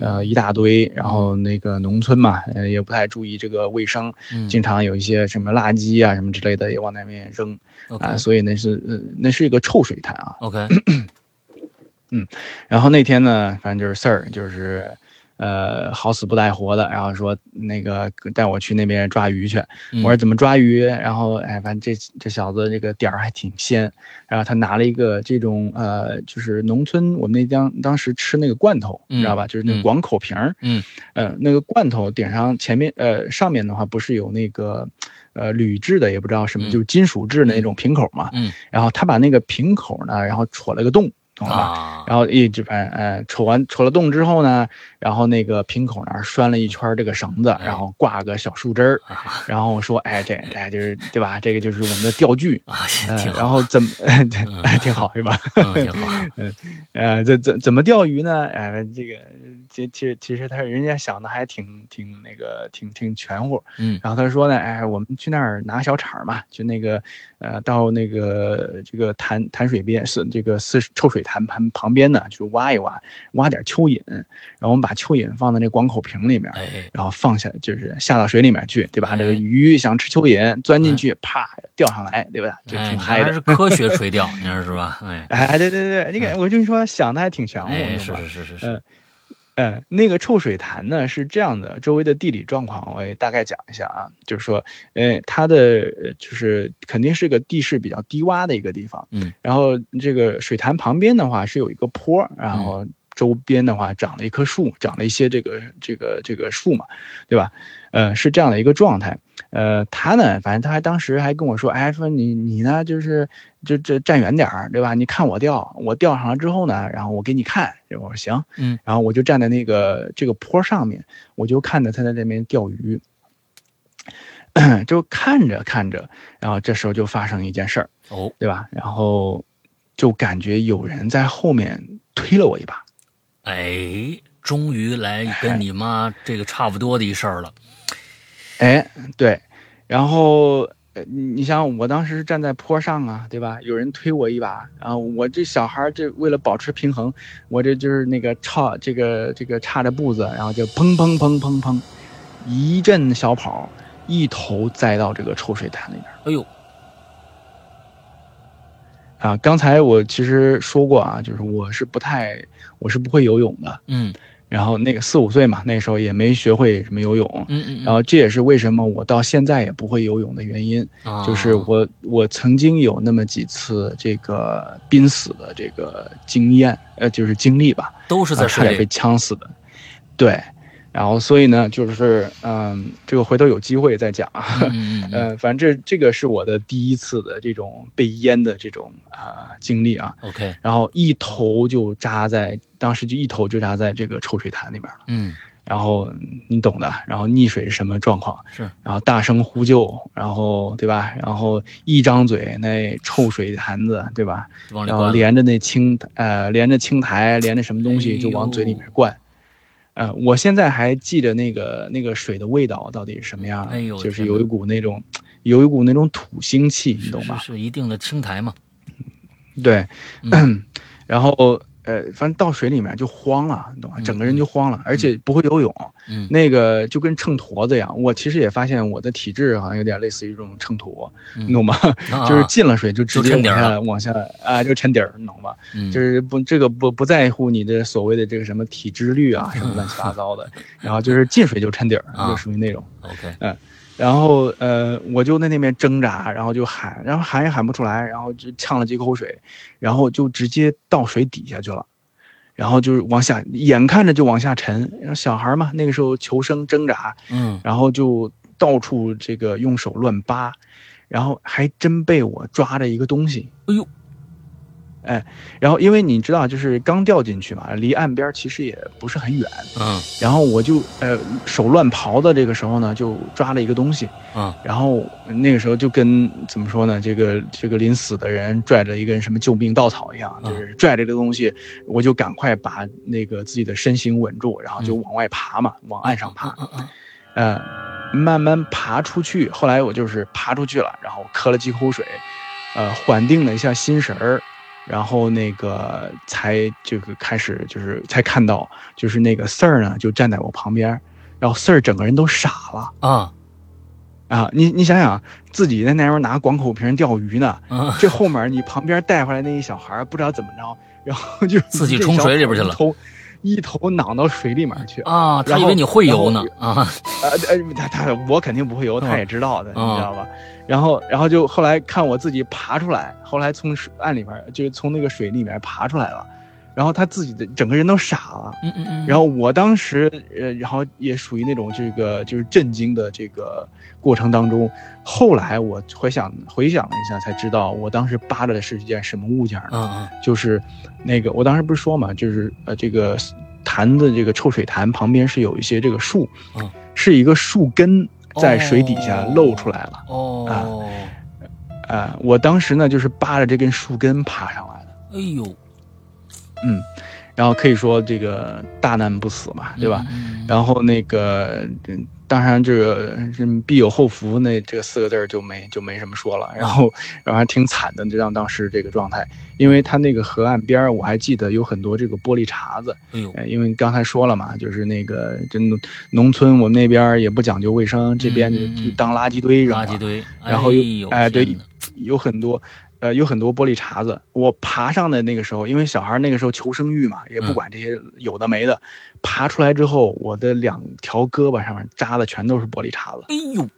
呃，一大堆。然后嗯那个农村嘛，呃，也不太注意这个卫生，嗯经常有一些什么垃圾啊什么之类的也往那边扔啊、 ，OK 所以那是、呃、那是一个臭水潭啊。嗯 OK，然后那天呢，反正就是事儿，就是，呃，好死不带活的，然后说那个带我去那边抓鱼去。嗯我说怎么抓鱼？然后哎，反正这这小子这个点儿还挺鲜。然后他拿了一个这种呃，就是农村我们那当当时吃那个罐头，嗯你知道吧？就是那嗯个广口瓶儿。嗯。呃，那个罐头顶上前面呃上面的话不是有那个呃铝制的，也不知道什么，嗯就是金属制的那种瓶口嘛。嗯。然后他把那个瓶口呢，然后戳了个洞。懂了吧？啊，然后一直反呃戳完戳了洞之后呢，然后那个瓶口那儿拴了一圈这个绳子，然后挂个小树枝儿，啊然后我说哎这这就是对吧？这个就是我们的钓具，啊， 嗯、挺然好，后怎么、对挺好是吧？嗯，挺 好，呃，这怎怎么钓鱼呢？呃，这个其其实其实他人家想的还挺挺那个挺挺全乎。嗯然后他说呢，哎，我们去那儿拿小铲儿嘛，就那个呃，到那个这个潭潭水边是这个四臭水潭旁旁边呢，就挖一挖，挖点蚯蚓，然后我们把蚯蚓放在那广口瓶里面。哎，然后放下就是下到水里面去，对吧？哎这个鱼想吃蚯蚓，钻进去，啪钓上来，对吧？就哎，挺你嗨还的。是科学垂钓，你说是吧？ 哎，哎，对对对，你看，我就说想的还挺全乎，哎，你知是道吧？是是是是，嗯呃，那个臭水潭呢是这样的，周围的地理状况我也大概讲一下啊，就是说，呃，它的呃就是肯定是个地势比较低洼的一个地方，嗯，然后这个水潭旁边的话是有一个坡，然后周边的话长了一棵树，长了一些这个这个这个树嘛，对吧？呃，是这样的一个状态。呃，他呢，反正他还当时还跟我说，哎，说你你呢，就是就这站远点儿，对吧？你看我钓，我钓上了之后呢，然后我给你看，我说行，嗯，然后我就站在那个这个坡上面，我就看着他在那边钓鱼， 就看着看着，然后这时候就发生一件事儿，哦，对吧？然后就感觉有人在后面推了我一把，哎，终于来跟你妈这个差不多的一事儿了，哎，对，然后呃你你想，我当时是站在坡上啊，对吧？有人推我一把，然后我这小孩儿这为了保持平衡，我这就是那个叉这个这个叉着步子，然后就砰砰砰砰砰，一阵小跑，一头栽到这个臭水潭里边儿哎呦，啊。刚才我其实说过啊，就是我是不太，我是不会游泳的，嗯然后那个四五岁嘛，那时候也没学会什么游泳。嗯嗯，然后这也是为什么我到现在也不会游泳的原因，后就是我我曾经有那么几次这个濒死的这个经验，呃，就是经历吧，都是啊是在差水点被里，呛死的，对。然后所以呢，就是嗯，这个回头有机会再讲啊。嗯嗯嗯 呃，反正这这个是我的第一次的这种被淹的这种啊、经历啊， ，OK，然后一头就扎在，当时就一头就扎在这个臭水潭里面了，嗯然后你懂的，然后溺水是什么状况，是，然后大声呼救，然后对吧？然后一张嘴，那臭水坛子，对吧？往里然后灌了，哎连着那青呃，连着青苔，连着什么东西就往嘴里面灌。呃，我现在还记着那个那个水的味道到底是什么样的，哎呦就是天哪有一股那种有一股那种土腥气，你是懂吧？是是一定的青苔嘛，对，嗯 然后呃，反正到水里面就慌了，你懂吧？嗯整个人就慌了，而且不会游泳，嗯那个就跟秤砣子一样。我其实也发现我的体质好像有点类似于这种秤砣，嗯你懂吗？啊就是进了水就直接就沉往底儿了下往下啊，就沉底儿，你懂吧？嗯就是不这个不不在乎你的所谓的这个什么体脂率 啊，什么乱七八糟的，然后就是进水就沉底儿，啊就属于那种。 OK，然后呃，我就在那边挣扎，然后就喊，然后喊也喊不出来，然后就呛了几口水，然后就直接到水底下去了，然后就是往下，眼看着就往下沉。然后小孩嘛，那个时候求生挣扎，嗯然后就到处这个用手乱扒，然后还真被我抓着一个东西。哎呦，哎，然后因为你知道，就是刚掉进去嘛，离岸边其实也不是很远。嗯然后我就呃手乱刨的这个时候呢，就抓了一个东西。嗯然后那个时候就跟怎么说呢，这个这个临死的人拽着一根什么救命稻草一样，嗯就是拽着这个东西，我就赶快把那个自己的身形稳住，然后就往外爬嘛，往岸上爬，嗯嗯呃，慢慢爬出去。后来我就是爬出去了，然后喝了几口水，呃，缓定了一下心神儿，然后那个才这个开始就是才看到，就是那个 Sir 呢就站在我旁边儿，然后 Sir 整个人都傻了。啊啊，你你想想，自己在那边拿广口瓶钓鱼呢，嗯这后面你旁边带回来那一小孩儿不知道怎么着，然后就自己冲水里边去了一头一头攮到水里面去啊！啊，他以为你会游呢啊，呃，他他我肯定不会游，他嗯也知道的，嗯你知道吧？然后然后就后来看我自己爬出来，后来从水岸里面就是从那个水里面爬出来了，然后他自己的整个人都傻了。嗯嗯嗯，然后我当时，呃，然后也属于那种这个就是震惊的这个过程当中。后来我回想回想了一下，才知道我当时扒着的是一件什么物件呢？嗯嗯就是那个我当时不是说嘛，就是呃这个坛子这个臭水潭旁边是有一些这个树嗯，是一个树根在水底下哦露出来了。哦，啊、我当时呢就是扒着这根树根爬上来的。哎呦，嗯，然后可以说这个大难不死嘛，对吧？嗯？然后那个，嗯当然这个嗯必有后福那这四个字儿就没就没什么说了。然后，然后还挺惨的，这让当时这个状态，因为它那个河岸边儿，我还记得有很多这个玻璃碴子，嗯哎呦，呃因为刚才说了嘛，就是那个真的农村，我们那边儿也不讲究卫生，这边就嗯嗯嗯就当垃圾堆扔垃了圾，堆，然后又又哎对有很多。呃，有很多玻璃碴子。我爬上的那个时候，因为小孩儿那个时候求生欲嘛，也不嗯管这些有的没的。爬出来之后，我的两条胳膊上面扎的全都是玻璃碴子，哎呦，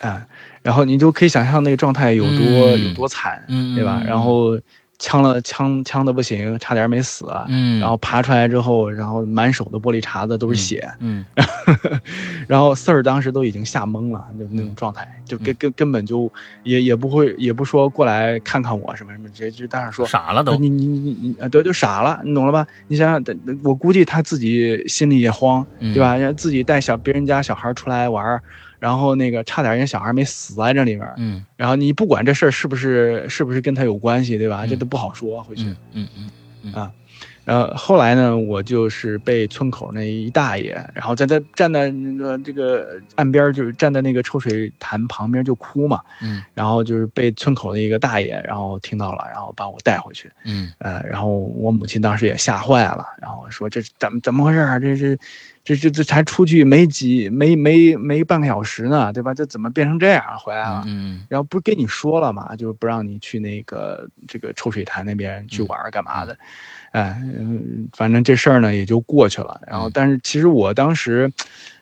啊、然后你就可以想象那个状态有多、嗯有多惨，嗯，对吧？然后呛了呛呛的不行，差点没死啊。嗯，然后爬出来之后，然后满手的玻璃碴子都是血，嗯然后四儿当时都已经吓懵了，就那嗯种状态，就根根根本就也也不会，也不说过来看看我什么什么，直接就当时说傻了啊都，你你你你啊，对，就傻了，你懂了吧？你想想，等我估计他自己心里也慌，对对？吧？人家自己带小别人家小孩出来玩儿，然后那个差点人家小孩没死在这里边儿，嗯然后你不管这事儿是不是是不是跟他有关系，对吧？这嗯都不好说回去。嗯嗯嗯然后后来呢，我就是被村口那一大爷，然后在在站在那个呃这个岸边儿，就是站在那个臭水潭旁边就哭嘛，嗯然后就是被村口的一个大爷，然后听到了，然后把我带回去。嗯呃，然后我母亲当时也吓坏了，然后说这怎么怎么回事啊？这是，这这这才出去没几没没没半个小时呢，对吧？这怎么变成这样啊回来了？嗯然后不是跟你说了嘛，就是不让你去那个这个臭水潭那边去玩儿干嘛的，哎，嗯反正这事儿呢也就过去了。然后，嗯但是其实我当时，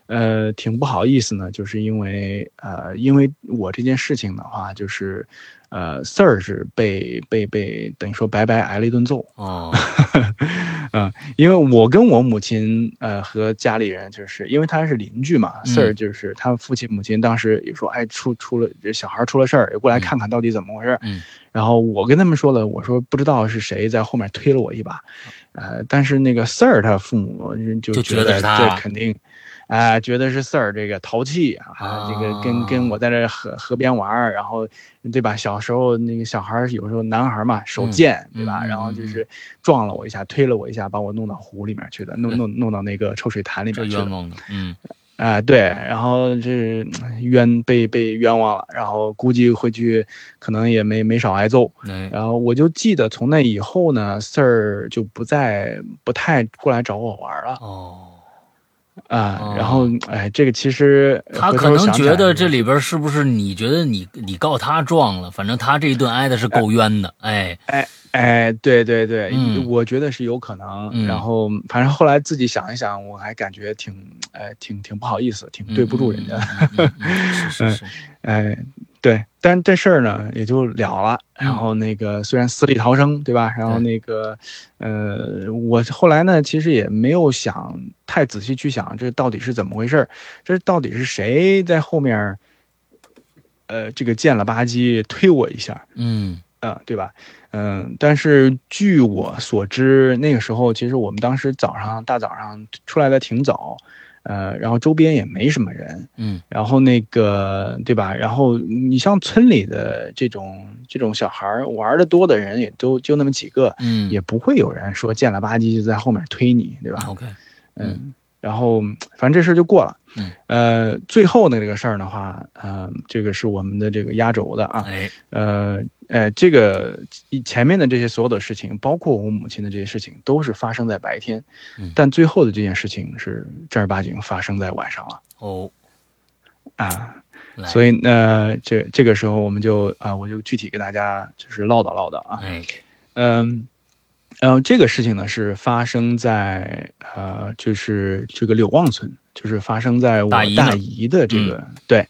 呃，挺不好意思呢，就是因为呃，因为我这件事情的话，就是呃，Sir 是被被被等于说白白挨了一顿揍， 哦，嗯，因为我跟我母亲呃和家里人，就是因为他是邻居嘛、嗯 s i r 就是他父亲母亲当时也说，哎，出出了这小孩出了事儿，也过来看看到底怎么回事。嗯嗯，然后我跟他们说了，我说不知道是谁在后面推了我一把，呃，但是那个 Sir 他父母就嗯就觉得觉得是他这肯定。啊、觉得是 Sir 这个淘气啊啊，这个跟跟我在这河河边玩儿，然后对吧？小时候那个小孩儿有时候男孩儿嘛，手嗯贱对吧？嗯嗯然后嗯就嗯是撞了我一下，推了我一下，把我弄到湖里面去的，弄对弄弄到那个臭水潭里这面嗯去冤了。枉的，嗯啊、对，然后这冤被被冤枉了，然后估计回去可能也没没少挨揍。哎然后我就记得从那以后呢，Sir 就不再不太过来找我玩了哦，啊、哦然后哎，这个其实他回可头能想起觉来得这里边是不是你觉得你你告他状了，反正他这一顿挨的是够冤的，哎，哎，对对对，嗯我觉得是有可能。嗯然后，反正后来自己想一想，我还感觉挺，哎，挺挺不好意思，挺对不住人家。嗯，嗯嗯嗯是是是， 哎，对，但这事儿呢也就了了。然后那个虽然死里逃生，对吧？然后对那个，呃，我后来呢其实也没有想太仔细去想这到底是怎么回事儿，这到底是谁在后面儿，呃，这个贱了吧唧推我一下。嗯嗯，对吧？嗯，但是据我所知，那个时候其实我们当时早上大早上出来的挺早，呃，然后周边也没什么人，嗯然后那个对吧？然后你像村里的这种这种小孩儿玩的多的人也都就那么几个，嗯，也不会有人说见了吧唧就在后面推你，对吧？ OK，嗯，然后嗯反正这事儿就过了。嗯，呃，最后呢这个事儿的话，呃，这个是我们的这个压轴的啊，哎，呃呃，这个以前面的这些所有的事情，包括我母亲的这些事情，都是发生在白天，嗯但最后的这件事情是正儿八经发生在晚上了哦，啊。来，所以呢，这这个时候我们就啊、我就具体给大家就是唠叨唠叨啊，哎，嗯。然后这个事情呢，是发生在呃，就是这个柳旺村，就是发生在我大姨那儿大姨的这个、对，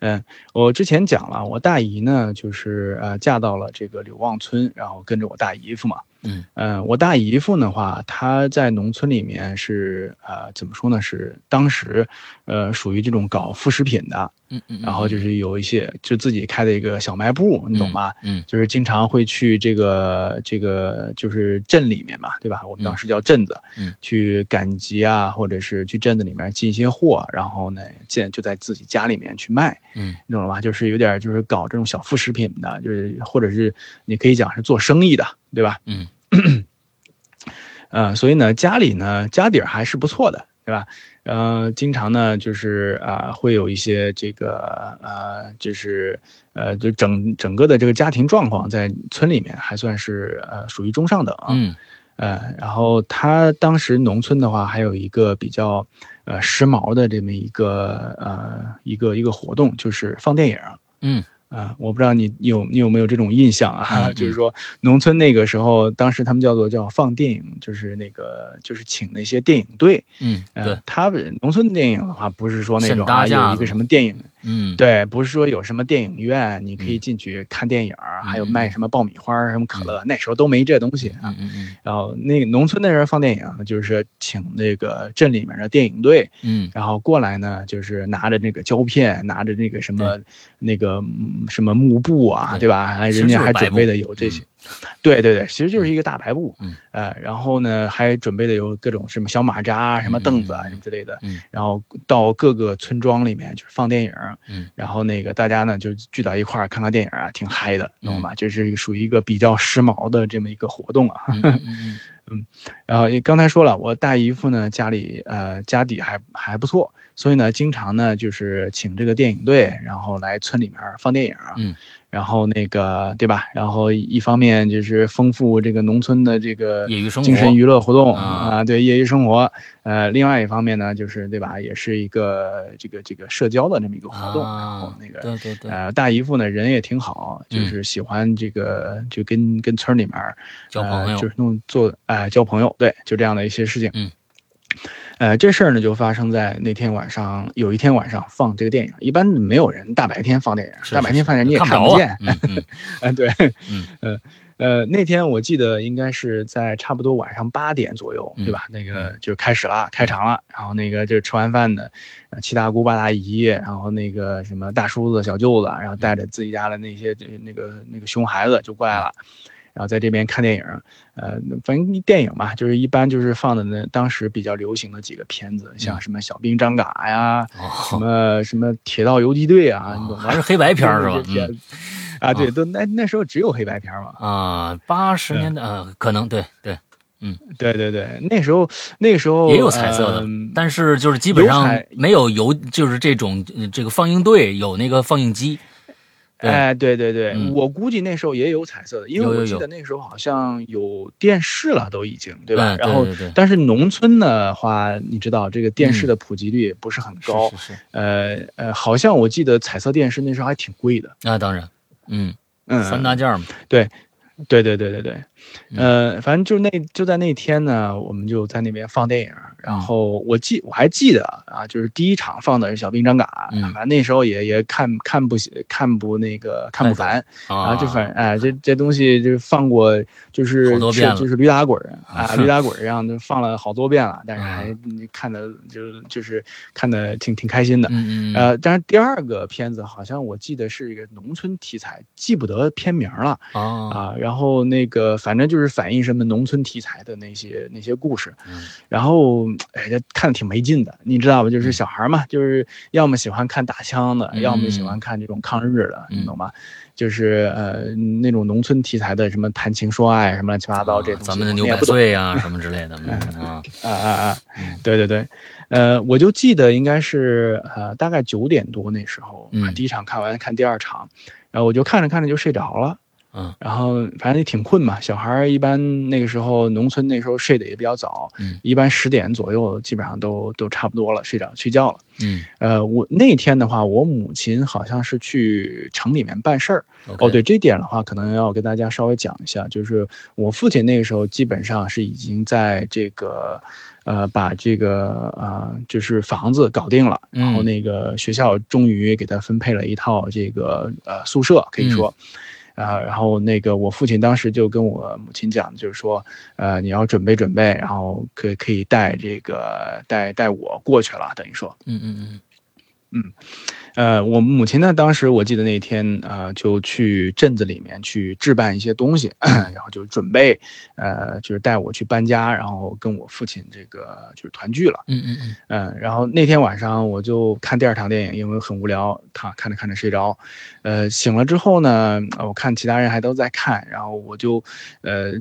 嗯，我之前讲了，我大姨呢，就是呃嫁到了这个柳旺村，然后跟着我大姨夫嘛，嗯嗯，我大姨夫的话，他在农村里面是呃，怎么说呢？是当时呃，属于这种搞副食品的，嗯嗯，然后就是有一些就自己开的一个小卖部，你懂吗？嗯就是经常会去这个这个就是镇里面嘛，对吧？我们当时叫镇子，嗯去赶集啊，或者是去镇子里面进一些货，然后呢，建就在自己家里面去卖，嗯你懂了吧？就是有点就是搞这种小副食品的，就是或者是你可以讲是做生意的，对吧？嗯 呃，所以呢，家里呢家底儿还是不错的，对吧？呃，经常呢就是啊、呃会有一些这个呃，就是呃，就整整个的这个家庭状况在村里面还算是呃属于中上等啊。嗯呃，然后他当时农村的话，还有一个比较呃时髦的这么一个呃一个一个活动，就是放电影儿。嗯啊、我不知道你你有你有没有这种印象啊？ 嗯就是说，农村那个时候，当时他们叫做叫放电影，就是那个就是请那些电影队。嗯，呃对，，他们农村电影的话，不是说那现种搭啊架有一子个什么电影，嗯对，不是说有什么电影院你可以进去看电影儿，还有嗯嗯卖什么爆米花儿、什么可乐，那时候都没这东西啊。嗯嗯然后那个农村那人放电影，啊就是请那个镇里面的电影队，嗯然后过来呢，就是拿着那个胶片，拿着那个什么那个嗯什么幕布啊，对对吧？还其实人就是家还白准布备的有这些， 对对对，其实就是一个大白布，嗯，呃，然后呢还准备的有各种什么小马扎啊、什么凳子啊嗯嗯嗯什么之类的，嗯，然后到各个村庄里面就是放电影，啊嗯，然后那个大家呢就聚到一块儿看看电影啊，挺嗨的，嗯懂吗？这是属于一个比较时髦的这么一个活动啊，嗯嗯然后呃也刚才说了，我大姨夫呢家里呃家底还还不错，所以呢经常呢就是请这个电影队，然后来村里面放电影，嗯，然后那个对吧？然后一方面就是丰富这个农村的这个业余生活精神娱乐活动啊啊、对业余生活，呃，另外一方面呢就是对吧，也是一个这个这个社交的这么一个活动，然后啊，那个对对对，呃，大姨夫呢人也挺好，就嗯是喜欢这个，就跟跟村里面儿交朋呃友就是弄做哎、交朋友，对，就这样的一些事情。嗯，呃，这事儿呢就发生在那天晚上，有一天晚上放这个电影，一般没有人大白天放电影，是大白天放电影你也看不着见啊，，嗯嗯 哎，对，嗯，呃，呃，那天我记得应该是在差不多晚上八点左右，嗯对吧？那个就开始了，开场了，然后那个就是吃完饭的，呃七大姑八大姨，然后那个什么大叔子、小舅子，然后带着自己家的那些这那个那个熊孩子就过来了。然后在这边看电影，呃，反正电影嘛，就是一般就是放的那当时比较流行的几个片子，像什么《小兵张嘎》呀，什嗯哦，么什么《铁道游击队》啊，你懂吗还？是黑白片是吧？片嗯啊，对，都那那时候只有黑白片嘛。啊，八十年代啊，可能对对，对对对，那时候那个时候也有彩色的嗯但是就是基本有上彩没有游，就是这种呃这个放映队有那个放映机，对哎，对对对，嗯我估计那时候也有彩色的，因为有有我记得那时候好像有电视了，都已经对吧？嗯然后对对对但是农村的话，你知道这个电视的普及率不是很是高，是是，呃呃，好像我记得彩色电视那时候还挺贵的，那当然，嗯，嗯，三大件儿嘛，对对对对对，嗯呃，反正就那就在那天呢，我们就在那边放电影，然嗯后我记我还记得啊，就是第一场放的是《小兵张嘎》嗯反正那时候也也看看不喜看不那个看不烦，然啊，后就反哎这这东西就放过就是好多遍是了就是驴打滚儿啊驴打滚 儿一样，就放了好多遍了，但是啊还看的就就是看的挺挺开心的。嗯嗯，呃，但是第二个片子好像我记得是一个农村题材，记不得片名了。啊，啊，然后那个反正就是反映什么农村题材的那些那些故事，嗯然后哎，这看的挺没劲的，你知道吧？嗯就是小孩嘛，就是要么喜欢看打枪的，要么喜嗯欢看这种抗日的，嗯你懂吗？就是呃那种农村题材的什么谈情说爱什么乱七八糟这啊东西，咱们的我牛也百不懂岁呀什么之类的，嗯啊，啊啊啊嗯！对对对，呃，我就记得应该是呃大概九点多那时候，嗯第一场看完看第二场，然后我就看着看着就睡着了。嗯，然后反正也挺困嘛，小孩儿一般那个时候农村那时候睡得也比较早，嗯一般十点左右基本上都都差不多了，睡着睡觉了。嗯呃，我那天的话，我母亲好像是去城里面办事儿。 ，OK，哦，对这一点的话，可能要跟大家稍微讲一下，就是我父亲那个时候基本上是已经在这个，呃，把这个呃，就是房子搞定了，嗯然后那个学校终于给他分配了一套这个呃宿舍，可以说。嗯啊、然后那个我父亲当时就跟我母亲讲，就是说，呃，你要准备准备，然后可可以带这个带带我过去了，等于说，嗯嗯呃，我母亲呢，当时我记得那天，呃，就去镇子里面去置办一些东西， 然后就准备，呃，就是带我去搬家，然后跟我父亲这个就是团聚了。嗯嗯嗯嗯，然后那天晚上我就看第二场电影，因为很无聊，躺看着看着睡着，呃，醒了之后呢，呃我看其他人还都在看，然后我就，呃，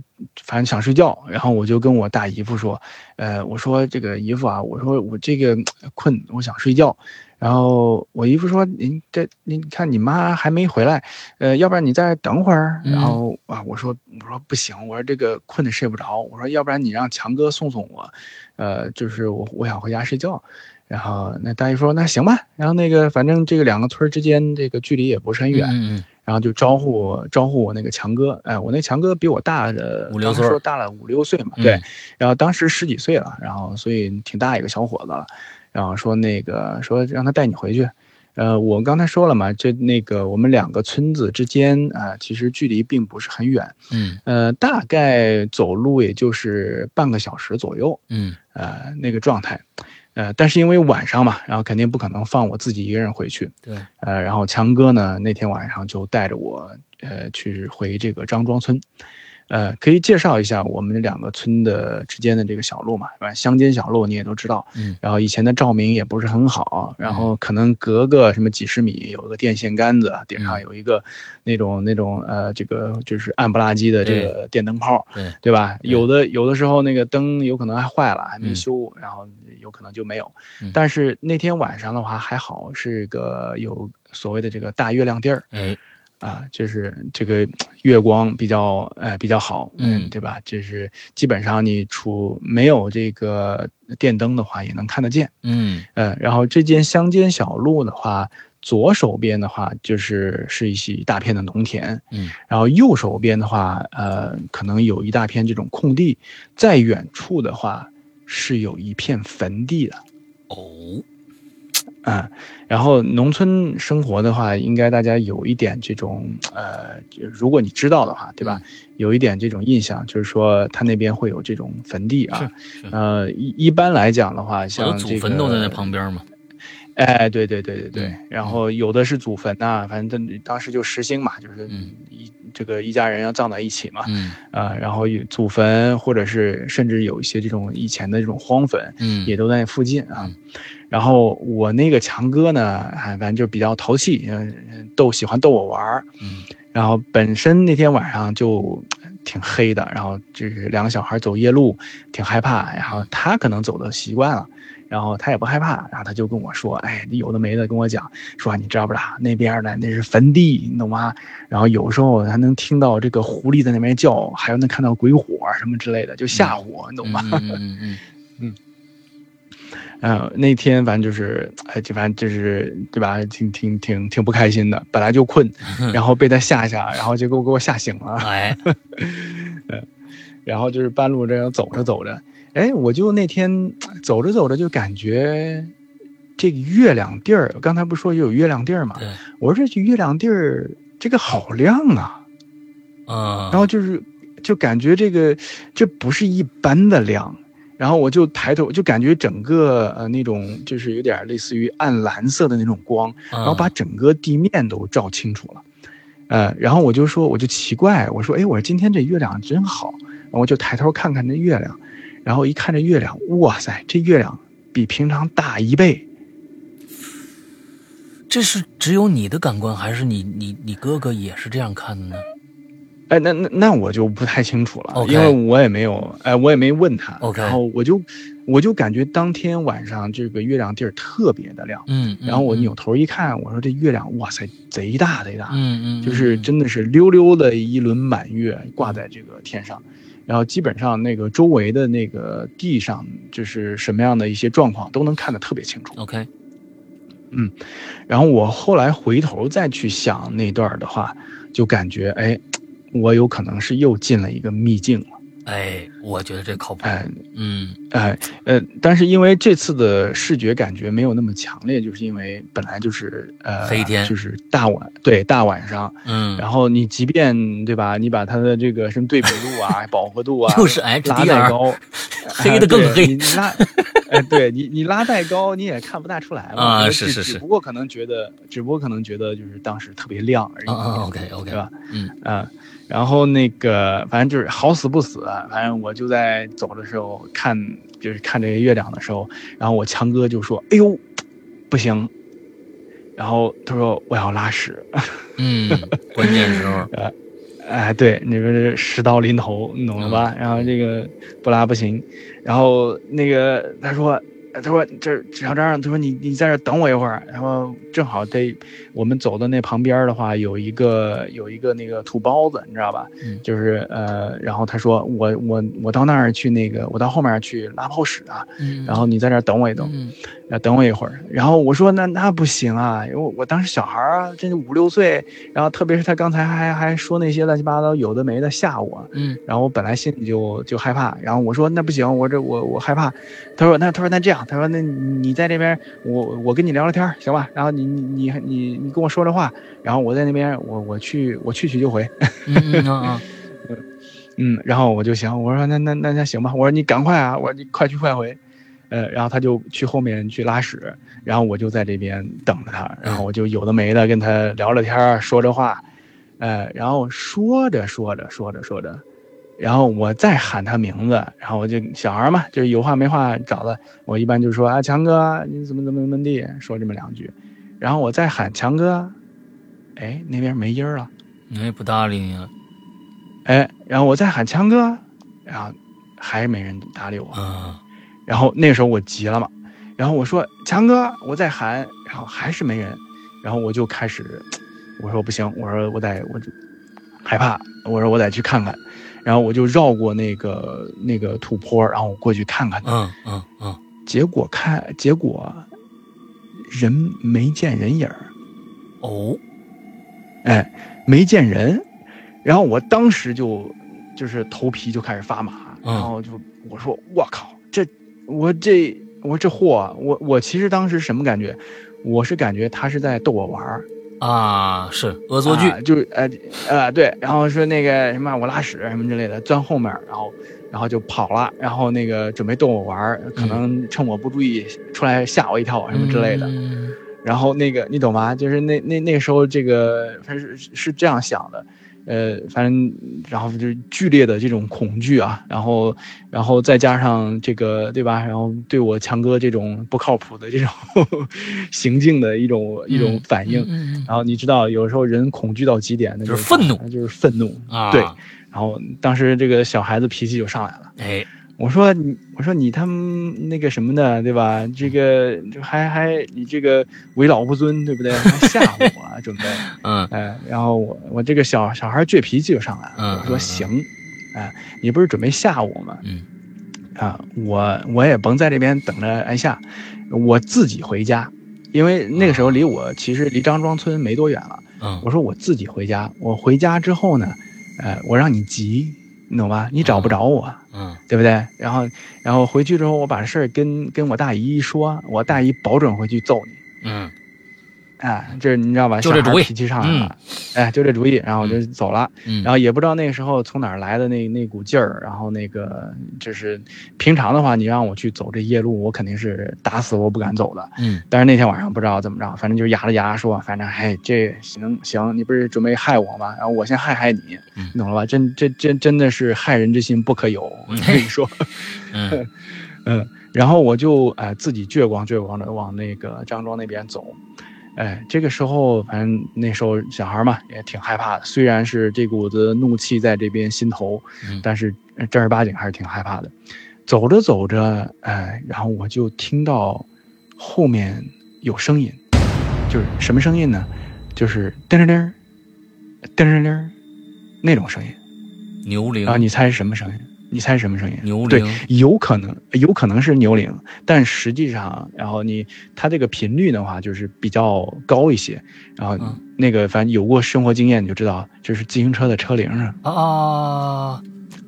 反正想睡觉，然后我就跟我大姨夫说，呃，我说这个姨夫啊，我说我这个困，我想睡觉，然后我姨夫说您这您看你妈还没回来，呃，要不然你再等会儿，嗯然后啊，我说我说不行，我说这个困得睡不着，我说要不然你让强哥送送我，呃，就是我我想回家睡觉。然后那大姨说那行吧，然后那个反正这个两个村儿之间这个距离也不是嗯很远，嗯然后就招呼我招呼我那个强哥，哎，我那强哥比我大的五六岁当儿时说大了五六岁嘛，嗯对，然后当时十几岁了，然后所以挺大一个小伙子了，然后说那个说让他带你回去，呃，我刚才说了嘛，这那个我们两个村子之间啊、其实距离并不是很远，嗯呃，大概走路也就是半个小时左右，嗯呃那个状态，呃，但是因为晚上嘛，然后肯定不可能放我自己一个人回去，对，呃，然后强哥呢那天晚上就带着我呃去回这个张庄村，呃，可以介绍一下我们两个村的之间的这个小路嘛，反正乡间小路你也都知道，嗯然后以前的照明也不是很好，然后可能隔个什么几十米有一个电线杆子，啊顶上有一个那种那种呃这个就是暗不拉几的这个电灯泡，对对吧？对有的有的时候那个灯有可能还坏了，还没嗯修，然后有可能就没有嗯。但是那天晚上的话还好，是个有所谓的这个大月亮地儿哎啊，就是这个月光比较呃比较好，嗯对吧？就是基本上你除没有这个电灯的话也能看得见。嗯呃，然后这间乡间小路的话，左手边的话就是是一些一大片的农田，嗯，然后右手边的话，呃，可能有一大片这种空地，在远处的话是有一片坟地的。哦啊、然后农村生活的话，应该大家有一点这种呃，就如果你知道的话，对吧？嗯有一点这种印象，就是说它那边会有这种坟地啊。是是呃，一一般来讲的话，我像的这祖个坟都在那旁边嘛，哎，对对对对对嗯，然后有的是祖坟呐、反正当当时就实行嘛，就是嗯一这个一家人要葬在一起嘛，嗯啊，然后有祖坟或者是甚至有一些这种以前的这种荒坟，嗯也都在附近啊。然后我那个强哥呢，哎，反正就比较淘气，嗯，逗喜欢逗我玩儿，嗯然后本身那天晚上就呃挺黑的，然后就是两个小孩走夜路，挺害怕。然后他可能走的习惯了，然后他也不害怕，然后他就跟我说：“哎，有的没的跟我讲，说你知道不啦？那边呢那是坟地，你懂吗？然后有时候还能听到这个狐狸在那边叫，还有能看到鬼火什么之类的，就吓唬我，你懂嗯吗？”嗯嗯呃，那天反正就是，哎，就反正就是，对吧？挺挺挺挺不开心的，本来就困，然后被他吓一吓，然后结果给我吓醒了。哎然后就是半路这样走着走着，哎，我就那天走着走着就感觉这个月亮地儿，刚才不是说有月亮地儿嘛？对我说这月亮地儿这个好亮啊，啊，然后就是就感觉这个这不是一般的亮。然后我就抬头，就感觉整个呃那种就是有点类似于暗蓝色的那种光，然然后把整个地面都照清楚了。呃，然后我就说，我就奇怪，我说，哎，我说今天这月亮真好，然后我就抬头看看这月亮，然后一看这月亮，哇塞，这月亮比平常大一倍。这是只有你的感官，还是你你你哥哥也是这样看的呢？哎，那那那我就不太清楚了 OK 因为我也没有，哎，我也没问他。 OK 然后我就我就感觉当天晚上这个月亮地儿特别的亮，嗯，嗯然后我扭，头一看，我说这月亮，哇塞，贼大贼大。嗯嗯嗯，就是嗯真的是溜溜的一轮满月挂在这个天上，然后基本上那个周围的那个地上，就是什么样的一些状况都能看得特别清楚。 OK，然后我后来回头再去想那段儿的话，就感觉哎，我有可能是又进了一个秘境了。哎，我觉得这靠谱。哎、嗯哎呃，但是因为这次的视觉感觉没有那么强烈，就是因为本来就是呃黑天就是大晚对大晚上，嗯，然后你即便对吧，你把它的这个什么对比 度啊、饱和度啊，就是拉再 HDR，高， 黑得更黑哎对你拉，哎，对你你拉再高你也看不大出来嘛啊我觉得是只是是只不过可能觉得，只不过可能觉得就是当时特别亮而已啊啊，OK 对 OK，吧？嗯啊、然后那个反正就是好死不死，啊反正我就在走的时候看，就是看这个月亮的时候，然后我强哥就说：“哎呦，不行。”然后他说：“我要拉屎。嗯，关键时候，”哎，对，你说这十刀临头，你懂了吧？然后这个不拉不行，然后那个他说。他说：“这小张，他说你你在这儿等我一会儿。然后正好这我们走的那旁边的话，有一个有一个那个土包子，你知道吧？嗯就是呃，然后他说我我我到那儿去那个，我到后面去拉泡屎啊，嗯，然后你在这儿等我一等，嗯呃，等我一会儿。然后我说那那不行啊，因为我我当时小孩儿啊，真是五六岁，然后特别是他刚才还还说那些乱七八糟有的没的吓我，嗯然后我本来心里就就害怕，然后我说那不行，我这我我害怕。他说那他说那这样，他说那你你在这边，我我跟你聊聊天儿行吧？然后你你你你你跟我说说话，然后我在那边我我去我去去就回。嗯嗯啊嗯，然后我就行，我说那那那那行吧，我说你赶快啊，我说你快去快回，呃，然后他就去后面去拉屎，然后我就在这边等着他，然后我就有的没的跟他聊聊天儿，说着话，呃，然后说着说着说着说着，然后我再喊他名字，然后我就小孩儿嘛，就是有话没话找他，我一般就说啊强哥你怎么怎么怎么地，说这么两句，然后我再喊强哥，哎那边没音儿了。你也不搭理你了哎，然后我再喊强哥，然后还是没人搭理我。啊，然后那时候我急了嘛，然后我说强哥，我再喊，然后还是没人，然后我就开始，我说不行，我说我得我就害怕，我说我得去看看，然后我就绕过那个那个土坡，然后我过去看看，嗯嗯嗯，结果看结果人没见人影儿，哦，哎没见人，然后我当时就就是头皮就开始发麻，嗯然后就我说我靠，这我这我这货，啊我我其实当时什么感觉？我是感觉他是在逗我玩儿，啊，是恶作剧啊，就是呃呃对，然后说那个什么我拉屎什么之类的，钻后面儿，然后然后就跑了，然后那个准备逗我玩儿，可能趁我不注意出来吓我一跳什么之类的，嗯嗯然后那个你懂吗？就是那那那个时候，这个反正是是这样想的，呃，反正然后就是剧烈的这种恐惧啊，然后然后再加上这个对吧？然后对我强哥这种不靠谱的这种 行径的一种一种反应。嗯嗯然后你知道，有时候人恐惧到极点，那就是愤怒，就是愤怒。嗯啊，对然后当时这个小孩子脾气就上来了。哎，我说你，我说你他们那个什么的，对吧？这个这还还你这个为老不尊，对不对？还吓唬我啊，准 备，嗯哎，然后我我这个小小孩倔脾气就上来嗯了，我说嗯行，哎，你不是准备吓我吗？嗯，啊，我我也甭在这边等着挨吓，我自己回家，因为那个时候离我其实离张庄村没多远了。嗯，我说我自己回家，我回家之后呢，呃，我让你急，你懂吧？你找不着我。嗯对不对？然后，然后回去之后，我把事儿跟跟我大姨一说，我大姨保准回去揍你。嗯哎，这你知道吧？就这小孩主意脾气上来了。哎，就这主意，然后我就走了。嗯，然后也不知道那个时候从哪儿来的那那股劲儿，然后那个就是平常的话，你让我去走这夜路，我肯定是打死我不敢走的。嗯但是那天晚上不知道怎么着，反正就咬了牙说，反正哎，这行行，你不是准备害我吗？然后我先害害你，嗯你懂了吧？真真真真的是害人之心不可 有，我跟你说。嗯嗯，然后我就呃自己倔光倔光的往那个张庄那边走，哎，这个时候反正那时候小孩嘛也挺害怕的，虽然是这股子怒气在这边心头，嗯但是呃正儿八经还是挺害怕的。走着走着，哎，然后我就听到后面有声音，就是什么声音呢？就是噔噔噔，噔噔噔，那种声音。牛铃然后你猜是什么声音？你猜是什么声音？牛对铃，有可能，有可能是牛铃，但实际上，然后你它这个频率的话，就是比较高一些。然后嗯啊那个，反正有过生活经验，你就知道，就是自行车的车铃上，啊，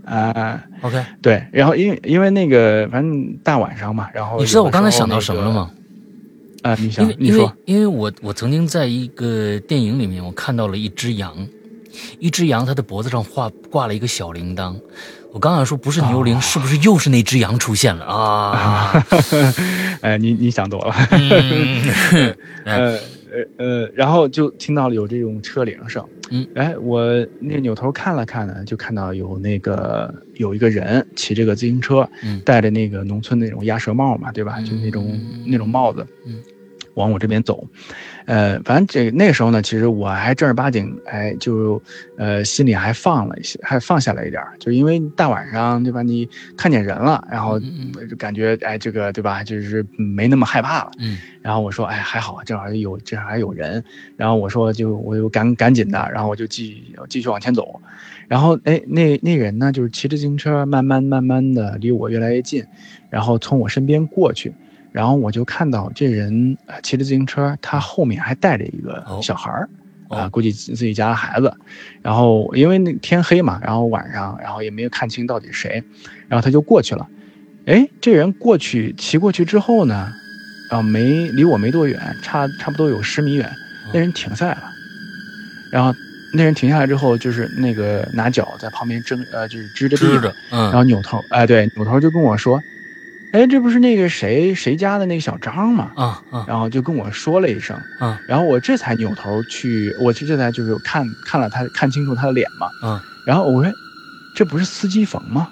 啊、 OK，对，然后因为因为那个反正大晚上嘛，然后你知道我刚才想到什么了？吗？啊、你因想为你因为说 因为我我曾经在一个电影里面，我看到了一只羊，一只羊它的脖子上挂挂了一个小铃铛。我刚想说不是牛铃，是不是又是那只羊出现了啊？哎，你你想多了，嗯呃呃呃，然后就听到了有这种车铃声，嗯，哎，我那扭头看了看呢，就看到有那个有一个人骑这个自行车，嗯戴着那个农村那种鸭舌帽嘛，对吧？就那种嗯那种帽子，嗯，往我这边走，呃，反正这个那个时候呢，其实我还正儿八经，哎，就呃心里还放了一些，还放下了一点儿，就是因为大晚上对吧？你看见人了，然后嗯就感觉哎这个对吧？就是没那么害怕了。嗯然后我说，哎，还好，正好有正好还有人。然后我说就我就赶赶紧的，然后我就继继续往前走。然后哎，那那人呢，就是骑着自行车，慢慢慢慢的离我越来越近，然后从我身边过去。然后我就看到这人呃骑着自行车，他后面还带着一个哦小孩儿。哦啊，估计自自己家的孩子，然后因为那天黑嘛，然后晚上，然后也没有看清到底是谁，然后他就过去了。哎，这人过去骑过去之后呢，啊，没离我没多远，差差不多有十米远，那人停下来了。然后那人停下来之后，就是那个拿脚在旁边挣，呃，就是支着地知嘛，道，嗯然后扭头，哎、对，扭头就跟我说，哎，这不是那个谁谁家的那个小张吗？啊啊然后就跟我说了一声，嗯，然后我这才扭头去，我这这才就是看看了他看清楚他的脸嘛，嗯，然后我说，这不是司机冯吗？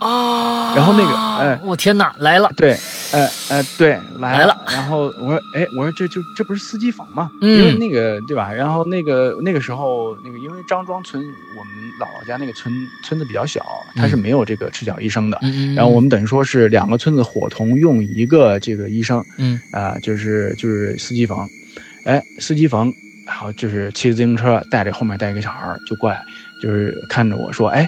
啊！然后那个哎我天哪，来了，对，呃呃，对，来来了。了然后我说，哎，我说这就这不是司机房吗？嗯因为那个对吧？然后那个那个时候，那个因为张庄村，我们姥姥家那个村村子比较小，它是没有这个赤脚医生的。嗯嗯，然后我们等于说是两个村子伙同用一个这个医生，嗯啊、就是就是司机房，哎，司机房，然后就是骑着自行车带着后面带一个小孩儿就过来，就是看着我说，哎，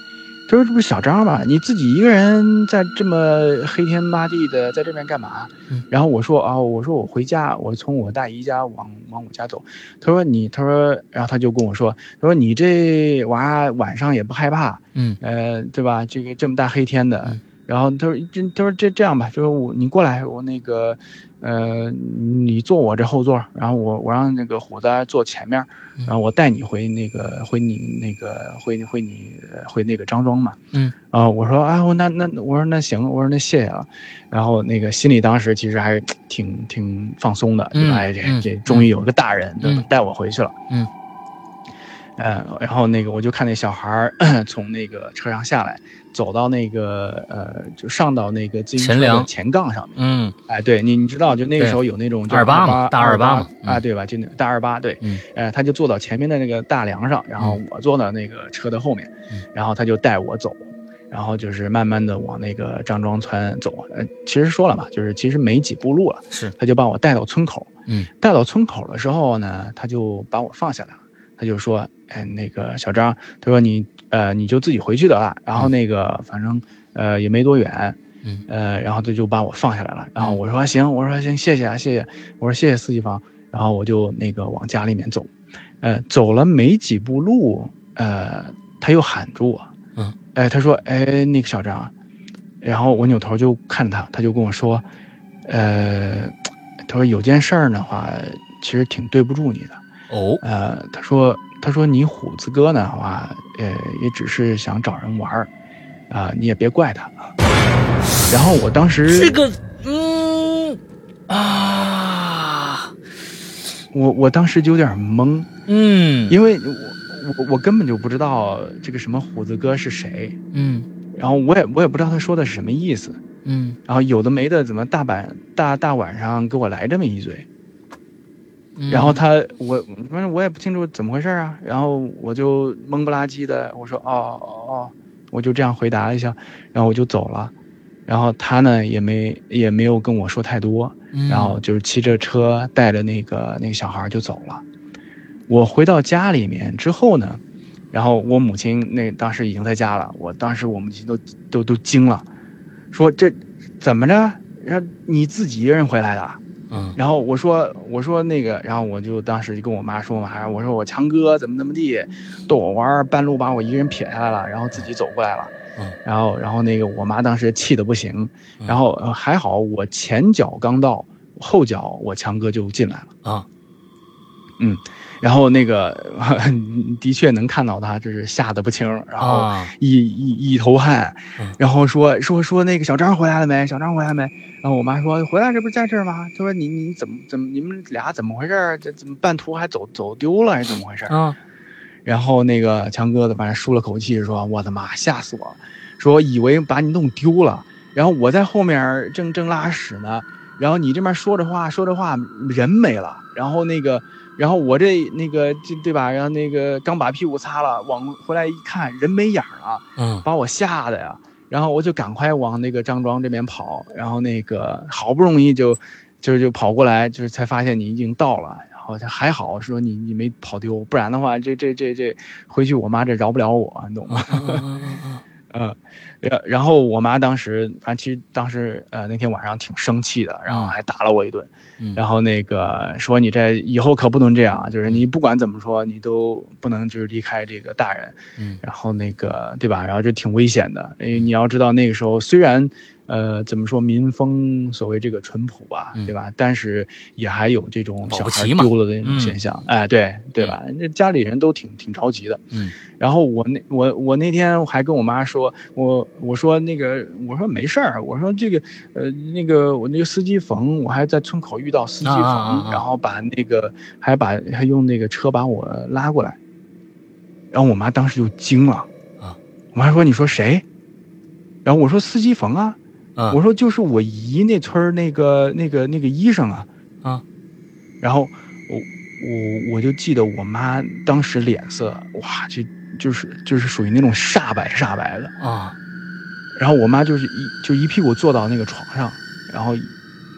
他说这不是小张吗？你自己一个人在这么黑天麻地的在这边干嘛？嗯然后我说啊、我说我回家，我从我大姨家往往我家走。他说你，他说，然后他就跟我说，他说你这娃晚上也不害怕，嗯呃，对吧？这个这么大黑天的，嗯然后他说这他说这这样吧，就是我你过来，我那个呃，你坐我这后座，然后我我让那个虎子坐前面，嗯然后我带你回那个回你那个回回你回那个张庄嘛。嗯啊、我说啊，我那那我说那行，我说那谢谢啊，然后那个心里当时其实还挺挺放松的，对嗯吧？哎这嗯这终于有个大人对吧嗯带我回去了。嗯呃，然后那个我就看那小孩儿从那个车上下来，走到那个呃，就上到那个自行前车的梁前杠上面。嗯哎，对你你知道，就那个时候有那种叫二八嘛大二二八八嘛嗯啊，对吧？就那个大二八，对，嗯呃，他就坐到前面的那个大梁上，然后我坐到那个车的后面，嗯然后他就带我走。然后就是慢慢的往那个张庄村走，呃，其实说了嘛，就是其实没几步路了，是他就把我带到村口。嗯，带到村口的时候呢，他就把我放下来了。他就说：“哎，那个小张，他说你呃你就自己回去得了。然后那个反正呃也没多远，嗯呃，然后他就把我放下来了。然后我说行，我说行，谢谢啊，谢谢，我说谢谢司机房。然后我就那个往家里面走，呃，走了没几步路，呃，他又喊住我，嗯，哎，他说，哎，那个小张，然后我扭头就看他，他就跟我说，呃，他说有件事儿的话，其实挺对不住你的。哦呃，他说他说你虎子哥呢话，呃，也只是想找人玩儿，啊、你也别怪他。然后我当时这个嗯啊我我当时就有点懵，嗯因为我我我根本就不知道这个什么虎子哥是谁，嗯然后我也我也不知道他说的是什么意思，嗯然后有的没的怎么大晚大大晚上给我来这么一嘴，嗯，然后他我反正我也不清楚怎么回事啊，然后我就懵不拉几的，我说哦哦哦，我就这样回答了一下，然后我就走了。然后他呢也没也没有跟我说太多，嗯然后就是骑着车带着那个那个小孩儿就走了。我回到家里面之后呢，然后我母亲那当时已经在家了，我当时我母亲都都都惊了，说这怎么着？让你自己一个人回来的？啊嗯然后我说我说那个，然后我就当时就跟我妈说嘛，哎我说我强哥怎么怎么地，逗我玩儿，半路把我一个人撇下来了，然后自己走过来了。嗯然后然后那个我妈当时气得不行，嗯然后呃还好我前脚刚到，后脚我强哥就进来了。嗯啊，然后那个 的确能看到他就是吓得不轻，然后啊，一一一头汗嗯，然后说说说那个小张回来了没？小张回来没？然后我妈说回来，这不是在这儿吗？她说你你怎么怎么你们俩怎么回事儿？这怎么半途还走走丢了还是怎么回事儿？啊，然后那个强哥的反正舒了口气说，我的妈，吓死我了，说以为把你弄丢了，然后我在后面正正拉屎呢，然后你这边说着话说着话人没了，然后那个。然后我这那个这对吧？然后那个刚把屁股擦了，往回来一看，人没影儿了、嗯把我吓得呀，然后我就赶快往那个张庄这边跑，然后那个好不容易就就就跑过来，就是才发现你已经到了，然后他还好说你你没跑丢，不然的话这这这这回去我妈这饶不了我，你 懂吗？嗯嗯嗯嗯嗯，然然后我妈当时，反正其实当时呃那天晚上挺生气的，然后还打了我一顿，嗯然后那个说你这以后可不能这样啊，就是你不管怎么说，你都不能就是离开这个大人，嗯然后那个对吧？然后这挺危险的，因为你要知道那个时候虽然。呃，怎么说民风所谓这个淳朴吧，嗯对吧？但是也还有这种保小不孩齐嘛丢了的那种嗯现象，哎，对对吧？那家里人都挺挺着急的，嗯然后我那我我那天还跟我妈说，我我说那个我说没事儿，我说这个呃那个我那个司机冯，我还在村口遇到司机冯，啊啊啊啊然后把那个还把还用那个车把我拉过来，然后我妈当时就惊了，啊，我妈说你说谁？然后我说司机冯啊，嗯，我说就是我姨那村儿那个那个那个医生啊，啊，然后我我我就记得我妈当时脸色，哇，就就是就是属于那种煞白煞白的，啊然后我妈就是一就一屁股坐到那个床上，然后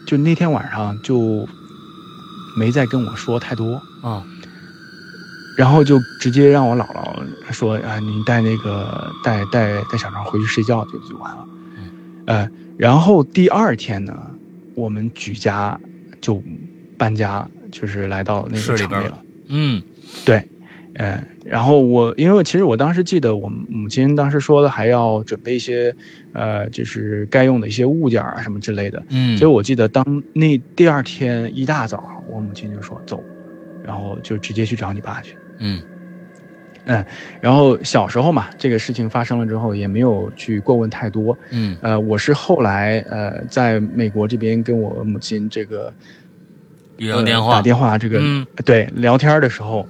就那天晚上就没再跟我说太多，啊然后就直接让我姥姥说啊，你带那个带带带小张回去睡觉就就完了。呃，然后第二天呢，我们举家就搬家，就是来到那市个里城边里了了。嗯对，呃，然后我因为其实我当时记得我母亲当时说的还要准备一些，呃，就是该用的一些物件啊什么之类的。嗯，所以我记得当那第二天一大早，我母亲就说走，然后就直接去找你爸去。嗯然后小时候嘛，这个事情发生了之后也没有去过问太多。嗯呃，我是后来呃在美国这边跟我母亲这个也呃有电打话，电话这个、嗯对聊天的时候，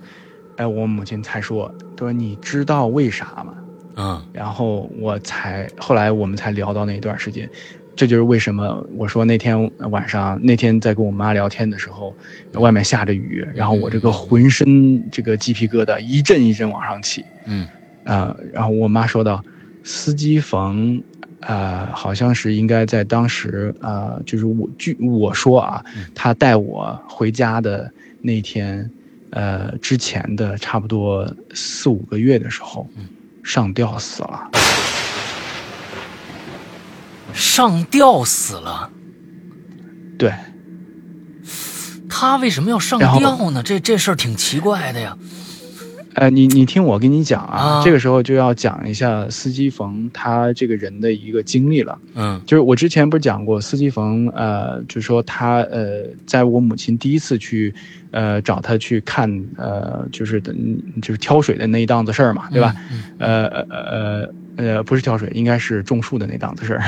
哎、我母亲才说，她说你知道为啥吗？嗯然后我才后来我们才聊到那一段时间，这就是为什么我说那天晚上那天在跟我妈聊天的时候，外面下着雨，嗯然后我这个浑身这个鸡皮疙瘩一阵一阵往上起，嗯呃，然后我妈说道，司机冯，呃，好像是应该在当时，呃，就是我据我说啊嗯，他带我回家的那天，呃，之前的差不多四五个月的时候嗯，上吊死了。上吊死了，对，他为什么要上然后吊呢？这这事儿挺奇怪的呀。呃，你你听我跟你讲啊，啊这个时候就要讲一下司机冯他这个人的一个经历了。嗯就是我之前不是讲过，司机冯，呃，就是说他，呃，在我母亲第一次去，呃，找他去看，呃，就是嗯就是挑水的那一档子事儿嘛，对吧？？嗯呃呃呃呃，不是挑水，应该是种树的那档子事儿。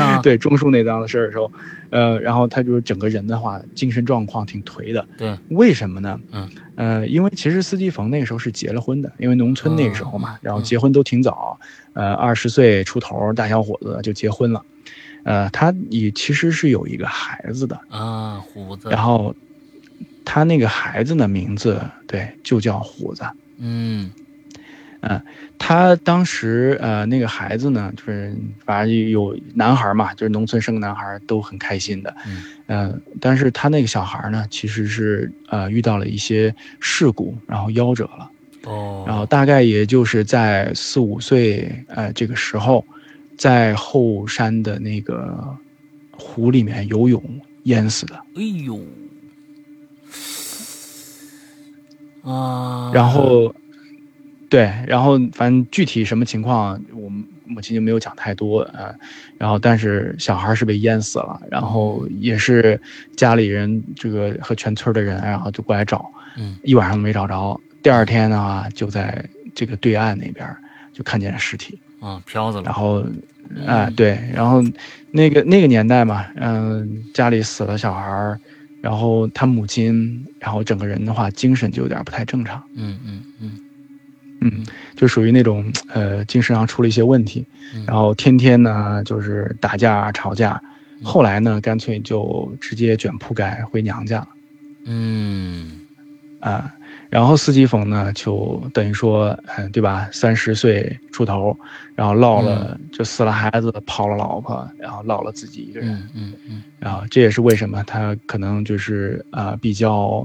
啊 对，种树那档子事儿的时候，呃，然后他就是整个人的话，精神状况挺颓的。对，为什么呢？嗯，呃，因为其实司机冯那个时候是结了婚的，因为农村那个时候嘛，哦然后结婚都挺早，呃，二十岁出头大小伙子就结婚了。呃，他也其实是有一个孩子的，啊，胡子，然后他那个孩子的名字对就叫虎子。嗯他当时呃，那个孩子呢，就是反正有男孩嘛，就是农村生个男孩都很开心的，嗯，呃，但是他那个小孩呢，其实是呃遇到了一些事故，然后夭折了，哦，然后大概也就是在四五岁呃这个时候，在后山的那个湖里面游泳，淹死的。哎呦，啊，然后，对，然后反正具体什么情况，我们母亲就没有讲太多啊、呃然后，但是小孩是被淹死了，然后也是家里人这个和全村的人，啊然后就过来找，嗯，一晚上都没找着。第二天呢，就在这个对岸那边儿就看见了尸体，啊，飘子然了，后哎、嗯对，然后那个那个年代嘛，嗯、家里死了小孩儿，然后他母亲，然后整个人的话，精神就有点不太正常，嗯嗯嗯嗯，就属于那种呃精神上出了一些问题，嗯，然后天天呢就是打架吵架，嗯后来呢干脆就直接卷铺盖回娘家了嗯啊、然后司机冯呢，就等于说，嗯、对吧？三十岁出头，然后落了、嗯就死了孩子，跑了老婆，然后落了自己一个人。嗯嗯嗯啊，这也是为什么他可能就是啊、呃比较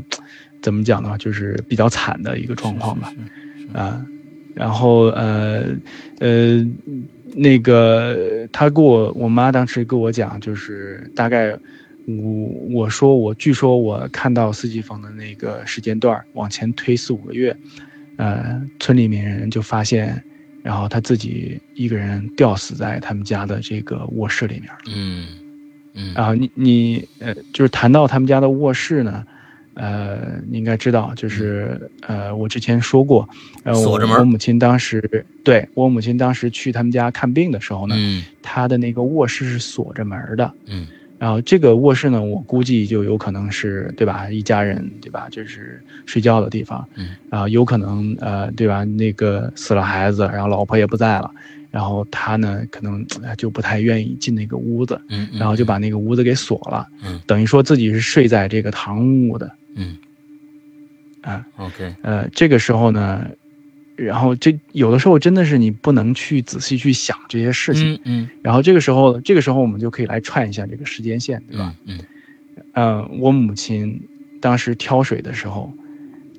怎么讲呢，就是比较惨的一个状况吧，啊、然后呃呃那个他跟我我妈当时跟我讲，就是大概我我说我据说我看到四季房的那个时间段儿往前推四五个月，呃村里面人就发现。然后他自己一个人吊死在他们家的这个卧室里面，嗯嗯啊，你你呃，就是谈到他们家的卧室呢，呃，你应该知道，就是呃，我之前说过，呃，我嗯锁着门我母亲当时对我母亲当时去他们家看病的时候呢，嗯她的那个卧室是锁着门儿的。嗯然后这个卧室呢，我估计就有可能是对吧，一家人对吧，就是睡觉的地方，嗯，啊、有可能呃对吧，那个死了孩子，然后老婆也不在了，然后他呢可能呃就不太愿意进那个屋子，嗯，然后就把那个屋子给锁了，嗯等于说自己是睡在这个堂屋的。嗯啊，OK，呃，这个时候呢，然后这有的时候真的是你不能去仔细去想这些事情。嗯嗯，然后这个时候，这个时候我们就可以来串一下这个时间线，对吧？？嗯嗯、我母亲当时挑水的时候，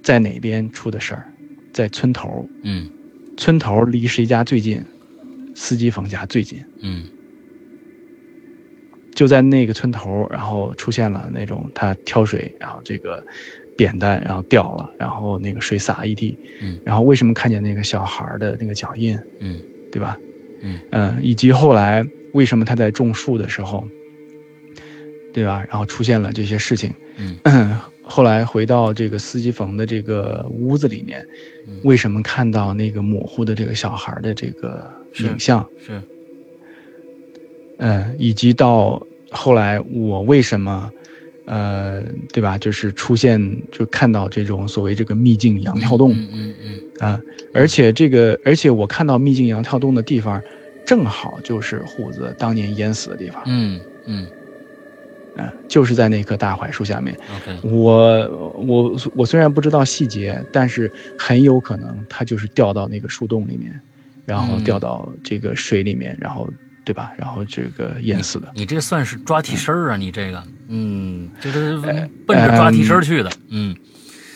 在哪边出的事儿？在村头，嗯村头离谁家最近？司机冯家最近。嗯就在那个村头，然后出现了那种他挑水，然后这个扁担然后掉了，然后那个水洒一地，嗯，然后为什么看见那个小孩儿的那个脚印，嗯对吧？嗯嗯，以及后来为什么他在种树的时候，对吧？然后出现了这些事情， 嗯后来回到这个司机房的这个屋子里面，嗯为什么看到那个模糊的这个小孩儿的这个是影像？是，嗯，以及到后来我为什么，呃，对吧？就是出现就看到这种所谓这个秘境羊跳洞嗯嗯嗯啊、而且这个而且我看到秘境羊跳洞的地方，正好就是虎子当年淹死的地方，嗯、嗯嗯就是在那棵大槐树下面。 ，OK，我我我虽然不知道细节，但是很有可能他就是掉到那个树洞里面，然后嗯掉到这个水里面，然后对吧？然后这个淹死的。你这算是抓替身儿啊，你这个，嗯，这是奔着抓替身儿去的，嗯，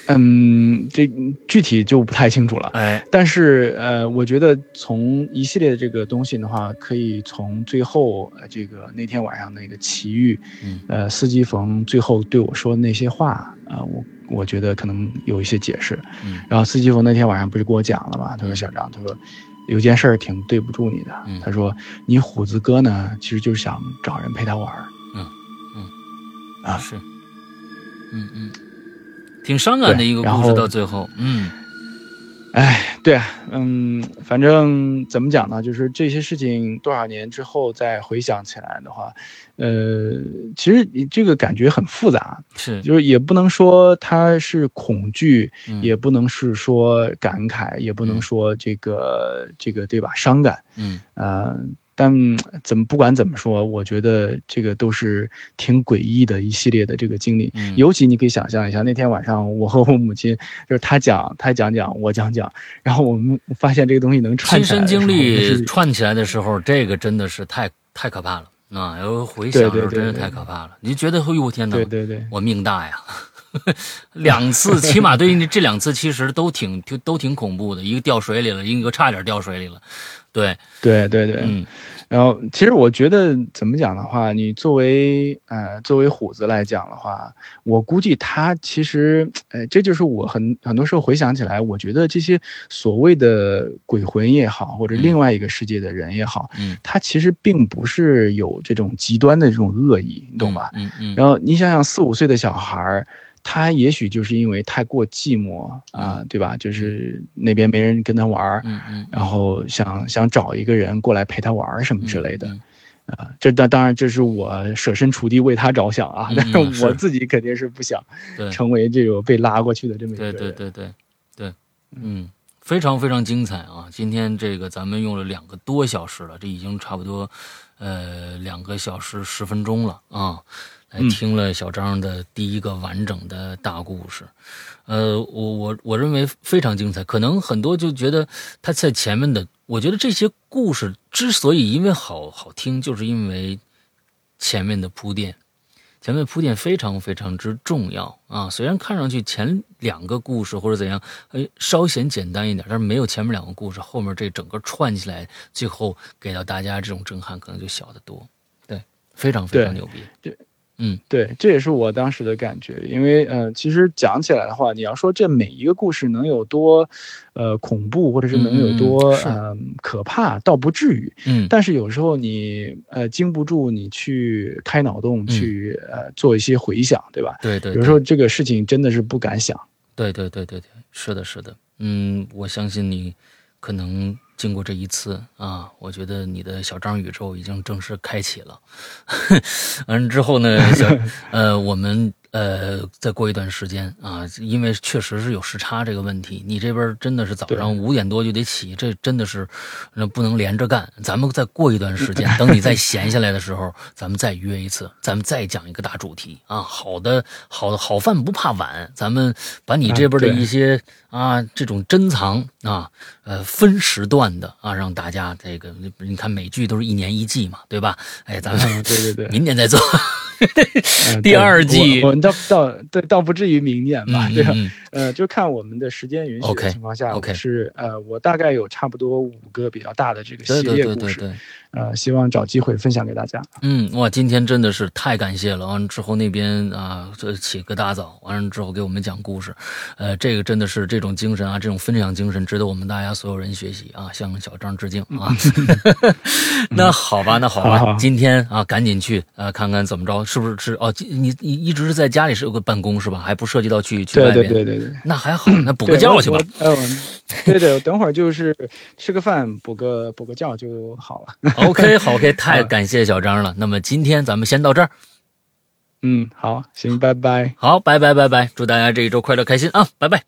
嗯，这具体就不太清楚了。哎，但是呃，我觉得从一系列的这个东西的话，可以从最后呃这个那天晚上那个奇遇，嗯呃，司机冯最后对我说的那些话啊、呃我我觉得可能有一些解释。嗯然后司机冯那天晚上不是跟我讲了嘛，他说小张，他说有件事儿挺对不住你的，嗯他说你虎子哥呢，其实就是想找人陪他嗯玩儿。哎啊是，嗯嗯，挺伤感的一个故事，到最后，嗯哎，对啊，嗯，反正怎么讲呢，就是这些事情多少年之后再回想起来的话，呃，其实你这个感觉很复杂，是，就是也不能说它是恐惧，嗯也不能是说感慨，也不能嗯说这个这个对吧伤感，嗯呃，但怎么不管怎么说，我觉得这个都是挺诡异的一系列的这个经历。嗯，尤其你可以想象一下，那天晚上我和我母亲，就是她讲，她讲讲，我讲讲，然后我们发现这个东西能串亲起来身的时候，经就历是串起来的时候，这个真的是太太可怕了。啊，有回想的时候真是太可怕了，你就觉得，哎呦我天哪，对对对，我命大呀， 两次，起码对于你这两次其实都挺就都挺恐怖的，一个掉水里了，一个差点掉水里了，对，对对对，嗯然后其实我觉得怎么讲的话，你作为呃作为虎子来讲的话，我估计他其实呃这就是我很很多时候回想起来，我觉得这些所谓的鬼魂也好，或者另外一个世界的人也好，嗯，他其实并不是有这种极端的这种恶意，你懂吧？嗯嗯，然后你想想，四五岁的小孩儿，他也许就是因为太过寂寞啊，对吧？就是那边没人跟他玩儿，嗯嗯，然后想想找一个人过来陪他玩儿什么之类的嗯。啊，这当当然这是我设身处地为他着想啊嗯，但嗯是我是自己肯定是不想对成为这种被拉过去的这么一个嗯对人。对对对对，嗯，非常非常精彩啊！今天这个咱们用了两个多小时了，这已经差不多呃两个小时十分钟了啊。来嗯听了小张的第一个完整的大故事，呃，我我我认为非常精彩。可能很多就觉得他在前面的，我觉得这些故事之所以因为好好听，就是因为前面的铺垫，前面铺垫非常非常之重要啊。虽然看上去前两个故事或者怎样，哎，稍显简单一点，但是没有前面两个故事，后面这整个串起来，最后给到大家这种震撼，可能就小得多。对，非常非常对牛逼。对，这也是我当时的感觉，因为呃，其实讲起来的话，你要说这每一个故事能有多，呃，恐怖或者是能有多嗯是呃可怕，倒不至于。嗯，但是有时候你呃经不住你去开脑洞去呃做一些回想，对吧？对嗯对有对时。候这个事情真的是不敢想。对对对对对，是的，是的，嗯，我相信你可能经过这一次啊，我觉得你的小张宇宙已经正式开启了。 完了之后呢，小 呃，我们呃再过一段时间啊，因为确实是有时差这个问题，你这边真的是早对上五点多就得起，这真的是那不能连着干。咱们再过一段时间，等你再闲下来的时候，咱们再约一次，咱们再讲一个大主题啊。好的，好的，好饭不怕晚，咱们把你这边的啊对一些啊这种珍藏啊，呃分时段的啊，让大家这个你看美剧都是一年一季嘛，对吧？哎，咱们 嗯，对对对。明年再做。嗯 第对二季我我们倒倒对倒不至于明年吧， 对吧？嗯呃，就看我们的时间允许 OK，的情况下 OK 我是呃，我大概有差不多五个比较大的这个对系对列对故对事，对，呃，希望找机会分享给大家。嗯，哇，今天真的是太感谢了。完了之后那边啊，这起个大早，完了之后给我们讲故事，呃，这个真的是这种精神啊，这种分享精神，值得我们大家所有人学习啊，向小张致敬 啊。 那好吧，那好吧，嗯好好今天啊，赶紧去呃看看怎么着，是不是是哦？你你一直是在家里是有个办公是吧？还不涉及到去去对外面。对对对对。那还 好，那补对个觉去吧。。我我呃，我对对，我等会儿就是吃个饭，补个补个觉就好了。 OK，好，OK，太 感谢小张了。那么今天咱们先到这儿，嗯，好，行，拜拜。好，拜拜拜拜，祝大家这一周快乐开心啊，拜拜。